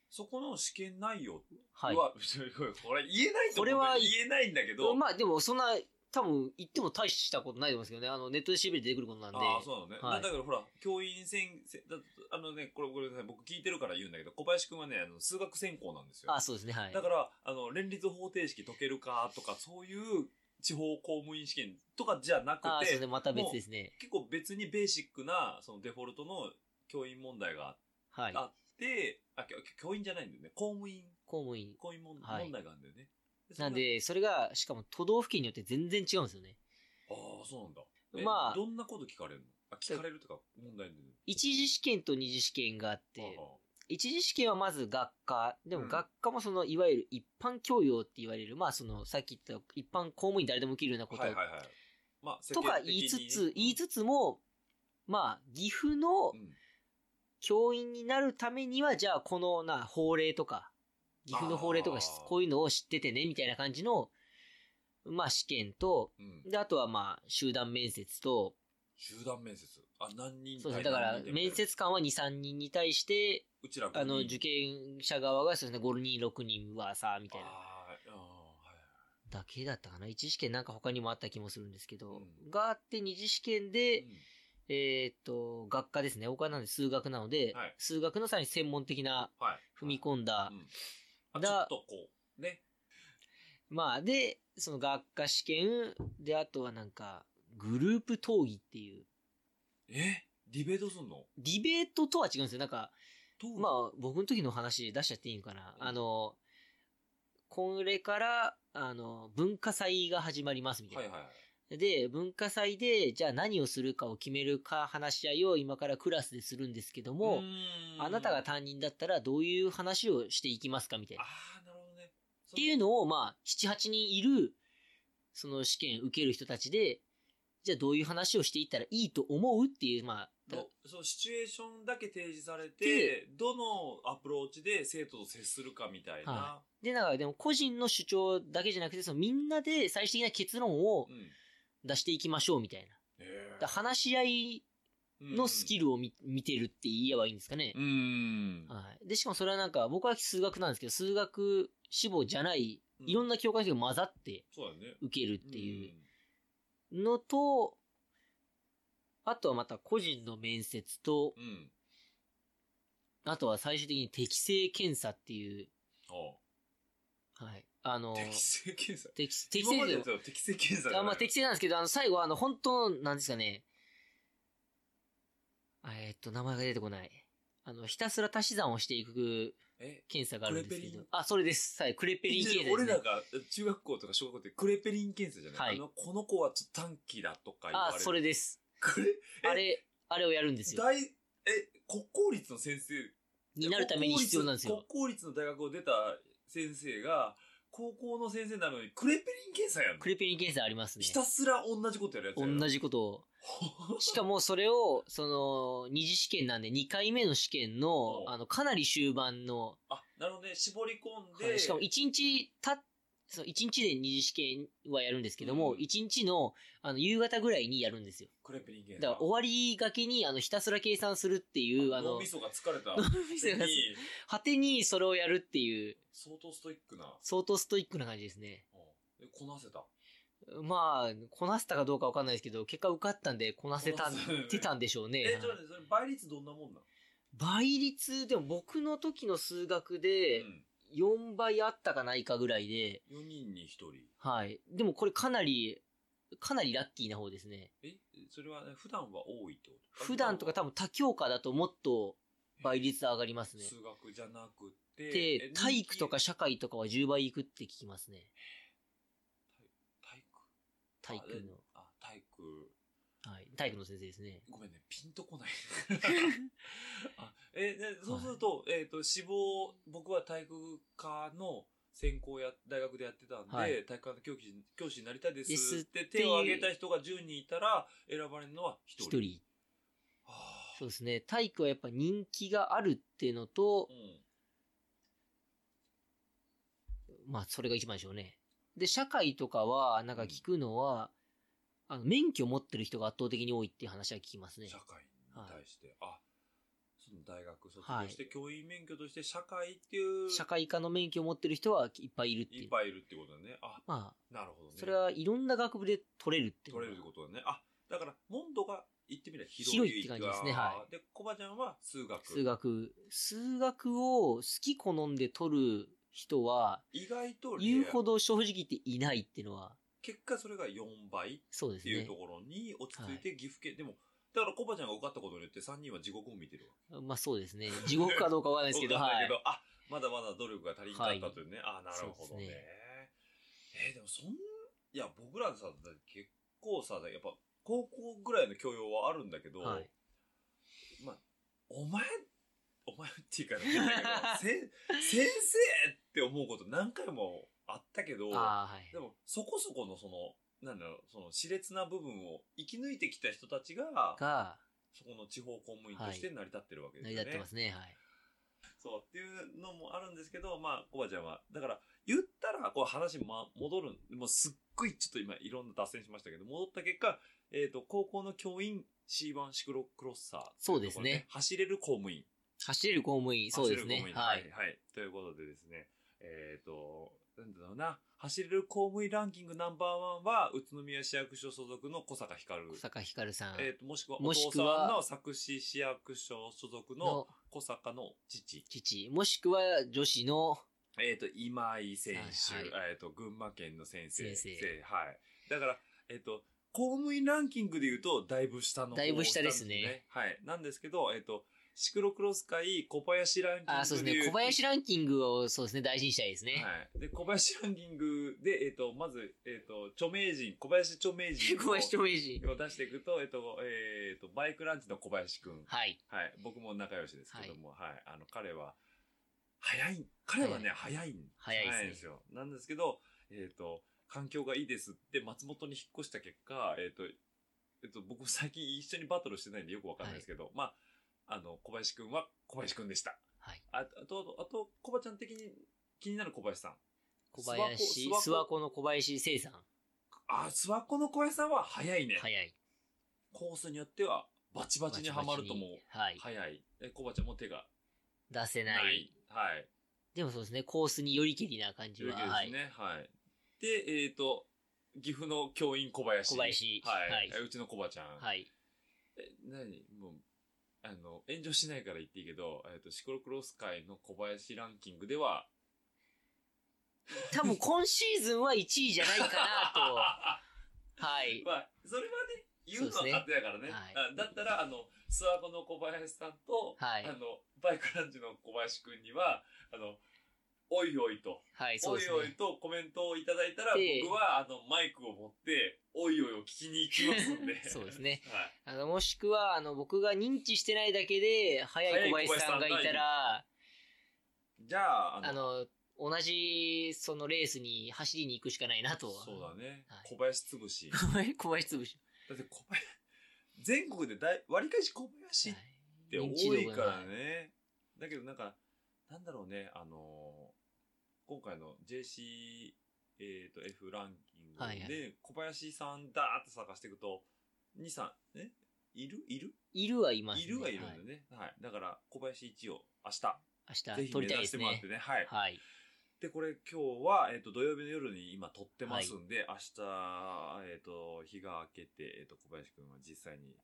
Speaker 2: そこの試験内容
Speaker 3: はい。
Speaker 2: は、これ言えないと思う
Speaker 3: これは
Speaker 2: 言えないんだけど。
Speaker 3: まあでもそんな、多分言っても大したことないと思うんですけどね。あの、ネットで調べて出てくることなんで。
Speaker 2: ああ、そうなのね。
Speaker 3: はい
Speaker 2: だだからほら、教員先生、だあのね、これごめんなさい、僕聞いてるから言うんだけど、小林くんはね、あの数学専攻なんですよ。
Speaker 3: あそうですね、はい
Speaker 2: だ。から、あの、連立方程式解けるかとか、そういう地方公務員試験とかじゃなく
Speaker 3: ああ、そう
Speaker 2: て、
Speaker 3: ですね、また別ですね。
Speaker 2: 結構別にベーシックな、そのデフォルトの教員問題が
Speaker 3: はい。
Speaker 2: あって、あ、きょ教員じゃないんだよね。公務員、
Speaker 3: 公務員。
Speaker 2: 公務員問,、
Speaker 3: はい
Speaker 2: 問題があるんだよね。それ
Speaker 3: なんで、それが、しかも都道府県によって全然違うんですよね。
Speaker 2: が、ああ、そうなんだ。え
Speaker 3: まあ
Speaker 2: どんなこと聞かれるのあ、聞かれるとか、問題で。
Speaker 3: 一次試験と二次試験があって、
Speaker 2: ああ
Speaker 3: 一次試験はまず学科。で
Speaker 2: う
Speaker 3: も
Speaker 2: ん
Speaker 3: 学科もその、いわゆる一般教養って言われる、まあその、さっき言った一般公務員誰でも受けるようなこと
Speaker 2: はいはいはい。まあ、
Speaker 3: とか言いつつ、言い
Speaker 2: つ
Speaker 3: つつも、まあ、岐阜の
Speaker 2: うん、
Speaker 3: 教員になるためには、じゃあこのな、法令とか、岐阜の法令とかし
Speaker 2: あー、
Speaker 3: こういうのを知っててね、みたいな感じの、まあ試験と、
Speaker 2: うん、
Speaker 3: で、あとはまあ、集団面接と、
Speaker 2: 集団面接。あ、何人
Speaker 3: そうですね。だ
Speaker 2: 対
Speaker 3: から
Speaker 2: 何人み、たいな
Speaker 3: 面接官は2、3人に対して、
Speaker 2: うちら
Speaker 3: あの、
Speaker 2: 五人
Speaker 3: 受験者側がそうですね、5人、6人はさ、みたいな。
Speaker 2: あーあーは
Speaker 3: だけだったかな一次試験なんか他にもあった気もするんですけど、
Speaker 2: うん
Speaker 3: があって二次試験
Speaker 2: い
Speaker 3: で、
Speaker 2: うん
Speaker 3: えーっと、学科ですね。他なんで数学なので、
Speaker 2: はい
Speaker 3: 数学のさらに専門的な
Speaker 2: はい。
Speaker 3: 踏み込んだ、
Speaker 2: うんあちょ
Speaker 3: だ
Speaker 2: っとこう、ね。
Speaker 3: まあで、その学科試験で、あとはなんか、グループ討議っていう、
Speaker 2: えディベートすんの
Speaker 3: ディベートとは違うんですよ。なんか、
Speaker 2: どう
Speaker 3: まあ僕の時の話出しちゃっていいのかな。
Speaker 2: うん
Speaker 3: あの、これから、あの、文化祭が始まりますみたいな
Speaker 2: はい。はいはい。
Speaker 3: で、文化祭で、じゃあ何をするかを決めるか話し合いを今からクラスでするんですけども、
Speaker 2: う
Speaker 3: あなたが
Speaker 2: あ
Speaker 3: 担任だったらどういう話をしていきますかみたいな。っ
Speaker 2: あー、なるほどね。って
Speaker 3: いうのを、まあ、7、8人いる、その試験受ける人たちで、じゃあどういう話をしていったらいいと思うっていう、まあ、だ
Speaker 2: のそう、シチュエーションだけ提示され
Speaker 3: で
Speaker 2: て、どのアプローチで生徒と接するかみたいな。
Speaker 3: はで、だからでも個人の主張だけじゃなくて、そのみんなで最終的な結論を
Speaker 2: うん。
Speaker 3: 出していきましょうみたいな。
Speaker 2: え
Speaker 3: だから話し合いのスキルを見,、見てるって言えばいいんですかね
Speaker 2: う。ん。
Speaker 3: はい。で、しかもそれはなんか、僕は数学なんですけど、数学志望じゃない、いろん
Speaker 2: な。
Speaker 3: な教科書が混ざって
Speaker 2: そうだよね。
Speaker 3: 受けるっていうのと、あとはまた個人の面接と、
Speaker 2: うん。うん。
Speaker 3: あとは最終的に適正検査っていう、
Speaker 2: あ
Speaker 3: はい。あの
Speaker 2: あ、適正検査。
Speaker 3: 適適
Speaker 2: 今
Speaker 3: 正
Speaker 2: まで
Speaker 3: で
Speaker 2: やったら適正検査じゃない
Speaker 3: あまあ適正なんですけど、あの、最後、あの、本当、なんですかね。あえーっと、名前が出てこない。あの、ひたすら足し算をしていく
Speaker 2: え
Speaker 3: 検査があるんで
Speaker 2: ク
Speaker 3: すけ
Speaker 2: レペ
Speaker 3: ど
Speaker 2: リン。
Speaker 3: あ、それです。はい、クレッペリン検査です、ね。
Speaker 2: 俺らが中学校とか小学校ってクレペリン検査じゃない、
Speaker 3: はい
Speaker 2: あの、この子はちょっと短期だとか言われ
Speaker 3: あ
Speaker 2: る。、
Speaker 3: それです。
Speaker 2: これ、え
Speaker 3: あれ、あれをやるんですよ。
Speaker 2: 大、え、国公立の先生
Speaker 3: になるために必要なんですよ。
Speaker 2: 国公立の大学を出た先生が、高校の先生なのにクレペリン検査やんの
Speaker 3: クレッペリン検査ありますね
Speaker 2: ひ。たすら同じことやるやつや
Speaker 3: 同
Speaker 2: じ。
Speaker 3: じことを。しかもそれを、その、二次試験なんで、2回目の試験の
Speaker 2: お、
Speaker 3: あの、かなり終盤の、
Speaker 2: あ、なるほどね。絞り込ん
Speaker 3: は
Speaker 2: で。
Speaker 3: い、しかも1日たっそう一日で二次試験はやるんですけども、
Speaker 2: うん
Speaker 3: 一1日のあの夕方ぐらいにやるんですよ。
Speaker 2: クレペリン検査。
Speaker 3: だから終わりがけにあのひたすら計算するっていう、あ
Speaker 2: 脳
Speaker 3: の
Speaker 2: み、そが疲れた。
Speaker 3: 脳みそが
Speaker 2: に
Speaker 3: 果てにそれをやるっていう、
Speaker 2: 相当ストイックな。
Speaker 3: 相当ストイックな感じですね。
Speaker 2: うんでこなせた。
Speaker 3: まあ、こなせたかどうかわかんないですけど、結果受かったんで、こなせた
Speaker 2: こなせたよね
Speaker 3: てたんでしょうね。
Speaker 2: え
Speaker 3: は、い
Speaker 2: ちょっと待ってそれ倍率どんなもんなの
Speaker 3: 倍率、でも僕の時の数学で
Speaker 2: うん
Speaker 3: 4倍あったかないかぐらいで、
Speaker 2: 4人に1人。
Speaker 3: はい。でもこれかなり、かなりラッキーな方ですね。
Speaker 2: え、それはね普段は多いってこと
Speaker 3: 普段とか多分多教科だともっと倍率上がりますね。
Speaker 2: 数学じゃなくて。
Speaker 3: で
Speaker 2: え、
Speaker 3: 体育とか社会とかは10倍いくって聞きますね。
Speaker 2: 体育
Speaker 3: 体育の。
Speaker 2: あ、えあ体育。
Speaker 3: はい。体育の先生ですね。
Speaker 2: ごめんね、ピンとこ ない。あえでそうすると、えっ、と、志望、僕は体育科の専攻や、大学でやってたんで、
Speaker 3: はい
Speaker 2: 体育科の教師教師になりたいで
Speaker 3: です
Speaker 2: すって
Speaker 3: てい
Speaker 2: 手
Speaker 3: う
Speaker 2: を挙げた人が10人いたら、選ばれるのは1
Speaker 3: 一
Speaker 2: 人。
Speaker 3: 人。
Speaker 2: はあ
Speaker 3: そうですね。体育はやっぱ人気があるっていうのと
Speaker 2: う、ん。
Speaker 3: まあそれが一番でしょうね。で、社会とかは、なんか聞くのは、あの、免許を持ってる人が圧倒的に多いっていう話は聞きますね
Speaker 2: 社。会に対して、あ、その大学卒
Speaker 3: は
Speaker 2: 業
Speaker 3: い
Speaker 2: して、教員免許として社会っていう、
Speaker 3: 社会科の免許を持ってる人はいっぱいいるってい
Speaker 2: いうっ。ぱいいるってことだね。あ、
Speaker 3: まあ、
Speaker 2: なるほどね。
Speaker 3: それはいろんな学部で取れるっていうの
Speaker 2: 取
Speaker 3: が。
Speaker 2: れるってことだね。あ、だから、モンドが言ってみれば広。
Speaker 3: 広いって感じですねはい
Speaker 2: で、コバちゃんは数学。
Speaker 3: 数学。数学を好き好んで取る人は、
Speaker 2: 意外とレア
Speaker 3: 言うほど正直言っていないっていうのは、
Speaker 2: 結果それが4倍っ
Speaker 3: そうです
Speaker 2: ていう
Speaker 3: ね
Speaker 2: と。ころに落ち着いて岐阜県、でも、だからコバちゃんが受かったことによって3人は地獄を見てるわ。
Speaker 3: まあそうですね。地獄かどうかわかんないです けど、
Speaker 2: わかん
Speaker 3: は
Speaker 2: ない
Speaker 3: い
Speaker 2: け。どあ、まだまだ努力が足りんかったというね。あ、なるほ
Speaker 3: そ
Speaker 2: ど
Speaker 3: うで
Speaker 2: ね。
Speaker 3: すね
Speaker 2: えーでもそん、いや、僕らさ、結構さ、やっぱ、高校ぐらいの教養はあるんだけど、
Speaker 3: はい。
Speaker 2: まあ、お前、お前っていうか、変だけ ど、せん先生って思うこと何回もあったけど、
Speaker 3: ああ、はい
Speaker 2: で。も、そこそこのその、なんだろう、その、熾烈な部分を生き抜いてきた人たちが、
Speaker 3: が、
Speaker 2: そこの地方公務員として成り立ってるわけで
Speaker 3: 成
Speaker 2: す
Speaker 3: り
Speaker 2: よね。
Speaker 3: 立ってますね、はい。
Speaker 2: そう、っていうのもあるんですけど、まあ、コバちゃんは、だから、言ったら、こう話、ま、戻る、もうすっごいちょっと今、いろんな脱線しましたけど、戻った結果、えっ、と、高校の教員、C1 シクロクロッサー、
Speaker 3: そうですね。
Speaker 2: 走れる公務員。
Speaker 3: 走れる公務員、そうです
Speaker 2: 走
Speaker 3: ね
Speaker 2: れ。る公務員
Speaker 3: はい。
Speaker 2: はい、はい。ということでですね、えっ、と、なんだろうな、走れる公務員ランキングナンバーワンは、宇都宮市役所所属の小坂光。
Speaker 3: 小坂ひかるさん
Speaker 2: えー、ともしくは、
Speaker 3: も
Speaker 2: お
Speaker 3: し
Speaker 2: 父
Speaker 3: く
Speaker 2: さ
Speaker 3: は
Speaker 2: んの作詞市役所所属の
Speaker 3: の
Speaker 2: 小坂の父。
Speaker 3: 父、もしくは女子の、
Speaker 2: えっ、と、今井選手、
Speaker 3: はい
Speaker 2: えっ、と、群馬県の先生。
Speaker 3: 先生
Speaker 2: せはい。だから、えっ、と、公務員ランキングで言うと、だいぶ下の方
Speaker 3: だいぶ下ですね。
Speaker 2: はい。なんですけど、えっ、と、シクロクロス界小林ランキングで言
Speaker 3: あ、そうですね、小林ランキングをそうですね、大事にしたいですね。
Speaker 2: はい。で、小林ランキングで、えっ、と、まず、えっ、と、著名人、小林著名人
Speaker 3: 小林著名人。
Speaker 2: を出していくと、えっ、と、えっ、と、バイクランチの小林くん。
Speaker 3: はい。
Speaker 2: はい。僕も仲良しですけども、はい。あの、彼は、早い。彼はね、早いんです。
Speaker 3: 早いですね
Speaker 2: んですよ。なんですけど、えっ、と、環境がいいですって、松本に引っ越した結果、えっ、と、えっと、僕最近一緒にバトルしてないんでよくわかんないですけど、まあ、あの、小林くんは小林くんでした。
Speaker 3: はい。
Speaker 2: ああと、あと、コバちゃん的に気になる小林さん。
Speaker 3: 小
Speaker 2: 諏
Speaker 3: 林、
Speaker 2: 訪湖
Speaker 3: 諏訪湖の小林聖さん。
Speaker 2: あ、諏訪湖の小林さんは早いね。
Speaker 3: 早い。
Speaker 2: コースによってはバチバチにはまるともう
Speaker 3: はい。
Speaker 2: 早い。え、コバちゃんも手が
Speaker 3: 出せ
Speaker 2: ない。
Speaker 3: ない。
Speaker 2: はい。
Speaker 3: でもそうですね、コースによりけりな感じ
Speaker 2: という
Speaker 3: は。
Speaker 2: わけです
Speaker 3: はい。
Speaker 2: ね。はい。で、えっ、と、岐阜の教員小林。
Speaker 3: 小林
Speaker 2: はい。
Speaker 3: はい
Speaker 2: えうちのコバちゃん。
Speaker 3: はい。
Speaker 2: え、何もう、あの、炎上しないから言っていいけど、えっ、と、シクロクロス界の小林ランキングでは、
Speaker 3: 多分今シーズンは1位じゃない かなと。はい。
Speaker 2: まあ、それはね、言うのは勝手だからね。
Speaker 3: そうですね
Speaker 2: あだったら、あの、諏訪湖の小林さんと、
Speaker 3: はい
Speaker 2: あの、バイクランジの小林くんには、あの、おいおいと、
Speaker 3: はい、そう
Speaker 2: お
Speaker 3: で
Speaker 2: い
Speaker 3: す
Speaker 2: おい
Speaker 3: ね。
Speaker 2: とコメントをいただいたら、
Speaker 3: で。
Speaker 2: 僕は、あの、マイクを持って、おいおいを聞きに行きますんで
Speaker 3: そうですね。
Speaker 2: はい。
Speaker 3: あの、もしくは、あの、僕が認知してないだけで、早い小林さんがいたら、
Speaker 2: じゃあ、あの、
Speaker 3: あの、同じ、そのレースに走りに行くしかないなと。
Speaker 2: そうだね。
Speaker 3: はい
Speaker 2: 小林つぶし。
Speaker 3: 小林、 小林潰し。
Speaker 2: だって小林、全国で大、割かし小林っ
Speaker 3: はい
Speaker 2: って
Speaker 3: 認知
Speaker 2: 多
Speaker 3: 度
Speaker 2: い
Speaker 3: が
Speaker 2: から
Speaker 3: ない
Speaker 2: ね。だけどなんか、なんだろうね、あのー今回の JC、えー、と F ランキン
Speaker 3: はい
Speaker 2: グ
Speaker 3: は
Speaker 2: で、小林さんだーって探していくと、2、3、えいるいる
Speaker 3: いるはいます、ね。
Speaker 2: いるはいるん
Speaker 3: は
Speaker 2: だよね。はい。だから、小林一を明日、ぜ
Speaker 3: 明日
Speaker 2: ひ目
Speaker 3: 撮りたい
Speaker 2: 指
Speaker 3: で
Speaker 2: して
Speaker 3: す
Speaker 2: もらっ
Speaker 3: ね
Speaker 2: て。ね。はい。
Speaker 3: はい。
Speaker 2: で、これ今日は、えっ、と、土曜日の夜に今撮ってますんで、明日、えっ、と、日が明けて、えっ、と、小林くんは実際に、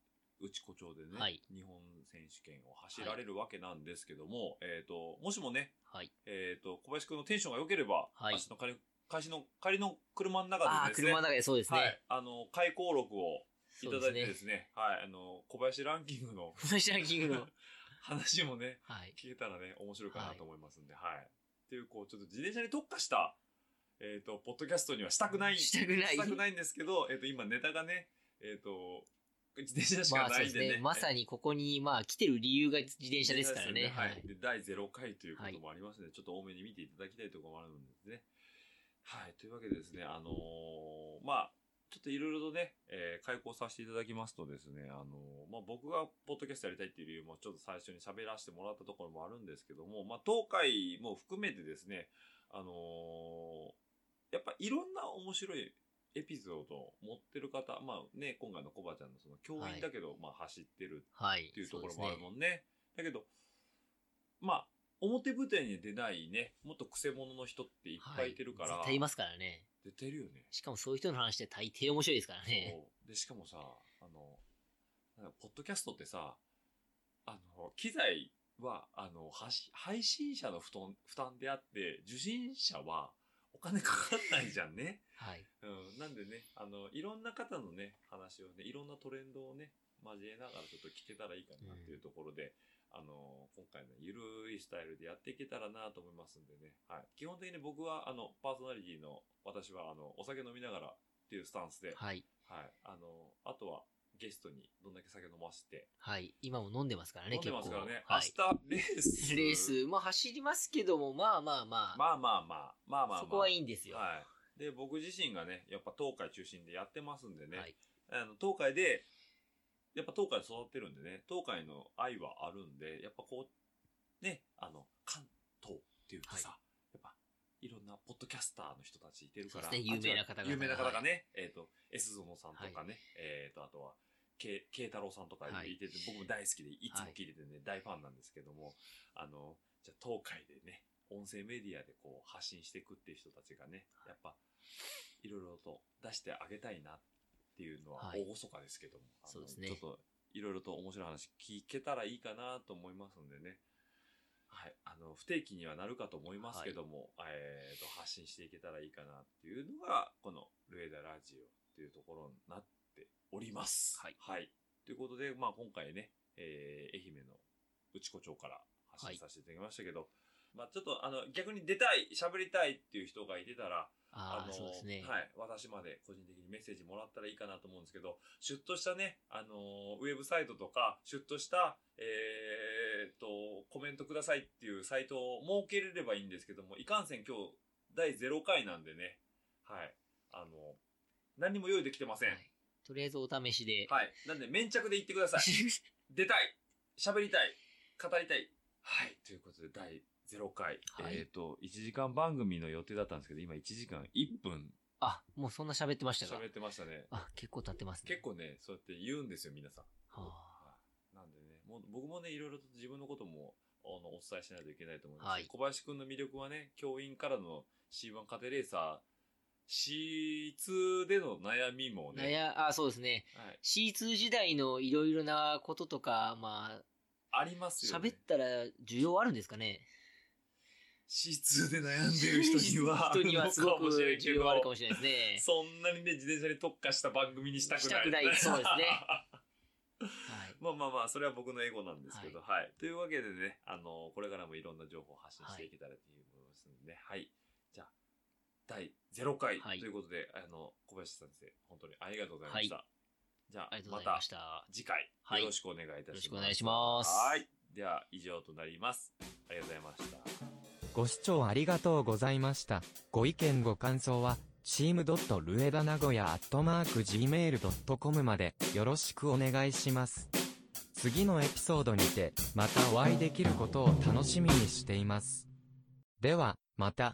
Speaker 2: うち誇張でね、
Speaker 3: はい
Speaker 2: 日本選手権を走られるわけなんですけども、えっ、と、もしもね、
Speaker 3: はい。
Speaker 2: えっ、と、小林くんのテンションが良ければ、
Speaker 3: はい
Speaker 2: 明日の仮、開始の、仮の車の
Speaker 3: あ
Speaker 2: 中
Speaker 3: あ、
Speaker 2: でですね、
Speaker 3: 車の中でそうですね。
Speaker 2: はい、あの、開口録をい
Speaker 3: そう
Speaker 2: ただ
Speaker 3: です
Speaker 2: いてで
Speaker 3: ね。
Speaker 2: すね、はい、あの、小林ランキングの
Speaker 3: 小林ランキ ングの。
Speaker 2: 話もね、
Speaker 3: はい。
Speaker 2: 聞けたらね、面白いかなと思いますんで、はい。っていう、こう、ちょっと自転車に特化した、えっ、と、ポッドキャストにはしたくない。
Speaker 3: したくない
Speaker 2: したくないんですけど、えっ、と、今ネタがね、えっ、と、自転車し
Speaker 3: ま
Speaker 2: か
Speaker 3: あそう
Speaker 2: ない
Speaker 3: で
Speaker 2: ん
Speaker 3: す
Speaker 2: でね。
Speaker 3: ね。まさにここに、まあ来てる理由が自転車ですからね。
Speaker 2: は
Speaker 3: はいい。。
Speaker 2: で、第0回ということもありますので、ちょっと多めに見ていただきたいところもあるのでね。はい。というわけでですね、あのーまあ、ちょっといろいろとね、えー開講させていただきますとですね、あのーまあ、僕がポッドキャストやりたいっていう理由もちょっと最初に喋らせてもらったところもあるんですけども、まあ、東海も含めてですね、あのーやっぱいろんな面白いエピソードを持ってる方、まあね、今回のコバちゃんのその教員だけど、まあ走ってる
Speaker 3: はい。
Speaker 2: っていうところ
Speaker 3: そ
Speaker 2: もある
Speaker 3: ですね
Speaker 2: もんね。だけど、まあ、表舞台に出ないね、もっとクセ者の人っていっぱいいてるから、
Speaker 3: は絶対いますからね。
Speaker 2: 絶対いるよね。
Speaker 3: しかもそういう人の話って大抵面白いですからね。
Speaker 2: そうで、しかもさ、あの、なんかポッドキャストってさ、あの、機材は、あの、はし配信者の負担負担であって、受信者はお金かかんないじゃんね。
Speaker 3: はい。
Speaker 2: うん、なんでね、あの、いろんな方のね、話をね、いろんなトレンドをね、交えながらちょっと聞けたらいいかなっていうところで、あの、今回のゆるいスタイルでやっていけたらなと思いますんでね、はい。基本的に僕は、あの、パーソナリティの、私は、あの、お酒飲みながらっていうスタンスで、はい。
Speaker 3: はい。
Speaker 2: あの、あとは、ゲストにどんだけ酒飲ませて、
Speaker 3: はい。今も飲んでますからね、
Speaker 2: 飲ん
Speaker 3: 結
Speaker 2: で
Speaker 3: 構。
Speaker 2: ますからね、
Speaker 3: はい。
Speaker 2: 明日、レース。
Speaker 3: レー。ス、まあ走りますけども、まあまあまあ。
Speaker 2: まあまあまあ、まあまあまあ。
Speaker 3: そこはいいんですよ。
Speaker 2: はい。で、僕自身がね、やっぱ東海中心でやってますんでね、
Speaker 3: はい。
Speaker 2: あの、東海で、やっぱ東海で育ってるんでね、東海の愛はあるんで、やっぱこう、ね、あの、関東っていうとさ、
Speaker 3: は
Speaker 2: やっぱ、いろんなポッドキャスターの人たちいてるから、
Speaker 3: そうですね
Speaker 2: あっちは
Speaker 3: 有名な
Speaker 2: 有名な
Speaker 3: 方々が
Speaker 2: 方がね、えっ、と、S ゾノさんとかね、
Speaker 3: は
Speaker 2: えっ、と、あとは、け慶太郎さんとか
Speaker 3: はい
Speaker 2: いてて、僕も大好きで、いつも
Speaker 3: はい
Speaker 2: 聞いててね、大ファンなんですけども、あの、じゃあ東海でね、音声メディアでこう発信していくっていう人たちがね、やっぱ、いろいろと出してあげたいなっていうのは
Speaker 3: はい
Speaker 2: 大細かですけども、あの
Speaker 3: そうですね
Speaker 2: ちょっといろいろと面白い話聞けたらいいかなと思いますんでね。はい。あの、不定期にはなるかと思いますけども、えっ、と、発信していけたらいいかなっていうのが、このルエダラジオっていうところになっております。
Speaker 3: はい
Speaker 2: ということで、まあ今回ね、えー、愛媛の内子町から発
Speaker 3: はい
Speaker 2: 信させていただきましたけど、まあちょっとあの、逆に出たい、喋りたいっていう人がいてたら、
Speaker 3: ああ、そうですね。
Speaker 2: はい。私まで個人的にメッセージもらったらいいかなと思うんですけど、シュッとしたね、あのーウェブサイトとか、シュッとした、えーっと、コメントくださいっていうサイトを設けれればいいんですけども、いかんせん今日、第0回なんでね、はい。あの何も用意できてません。
Speaker 3: はいとりあえずお試しで。
Speaker 2: はい。なんで、粘着で言ってください。出たい喋りたい語りたいはい。ということで、第0回。
Speaker 3: はい
Speaker 2: えっ、と、1時間番組の予定だったんですけど、今1時間1分
Speaker 3: あ、もうそんな喋ってましたか
Speaker 2: 喋ってましたね。
Speaker 3: あ、結構経ってますね。
Speaker 2: 結構ね、そうやって言うんですよ、皆さん。
Speaker 3: は
Speaker 2: はいなんでね、もう僕もね、いろいろと自分のこともあのお伝えしないといけないと思います。
Speaker 3: はい
Speaker 2: 小林くんの魅力はね、教員からの C1 家庭レーサー、C2 での悩みも
Speaker 3: あ、
Speaker 2: ね、
Speaker 3: なや、あ、そうですね。
Speaker 2: はい、
Speaker 3: C2 時代のいろいろなこととか、まあ、
Speaker 2: ありますよ
Speaker 3: 喋
Speaker 2: ね
Speaker 3: っ。たら需要あるんですかね、
Speaker 2: C2 で悩んでる人には
Speaker 3: 人にはすごく
Speaker 2: のかもしれんけ
Speaker 3: 需
Speaker 2: ど
Speaker 3: 要あるかもしれないですね。
Speaker 2: そんなにね、自転車に特化した番組にしたくない。
Speaker 3: したくないそうですねはい。
Speaker 2: まあまあまあ、それは僕のエゴなんですけど、はい。というわけでね、あの、これからもいろんな情報を発信していけたらと思いますのでね、はい。じゃあ、第0回
Speaker 3: はい
Speaker 2: ということで、あの、小林先生、本当にありがとうございました。じゃあ、
Speaker 3: ありがとう
Speaker 2: ま
Speaker 3: ござい
Speaker 2: た
Speaker 3: ました。
Speaker 2: 次回、
Speaker 3: はい
Speaker 2: よろしくお願いいたします。
Speaker 3: よろしくお願いします
Speaker 2: はい。では、以上となります。ありがとうございました。
Speaker 4: ご視聴ありがとうございました。ご意見ご感想は、チームドットルエダ名古屋アットマーク Gmail.com までよろしくお願いします。次のエピソードにて、またお会いできることを楽しみにしています。では、また。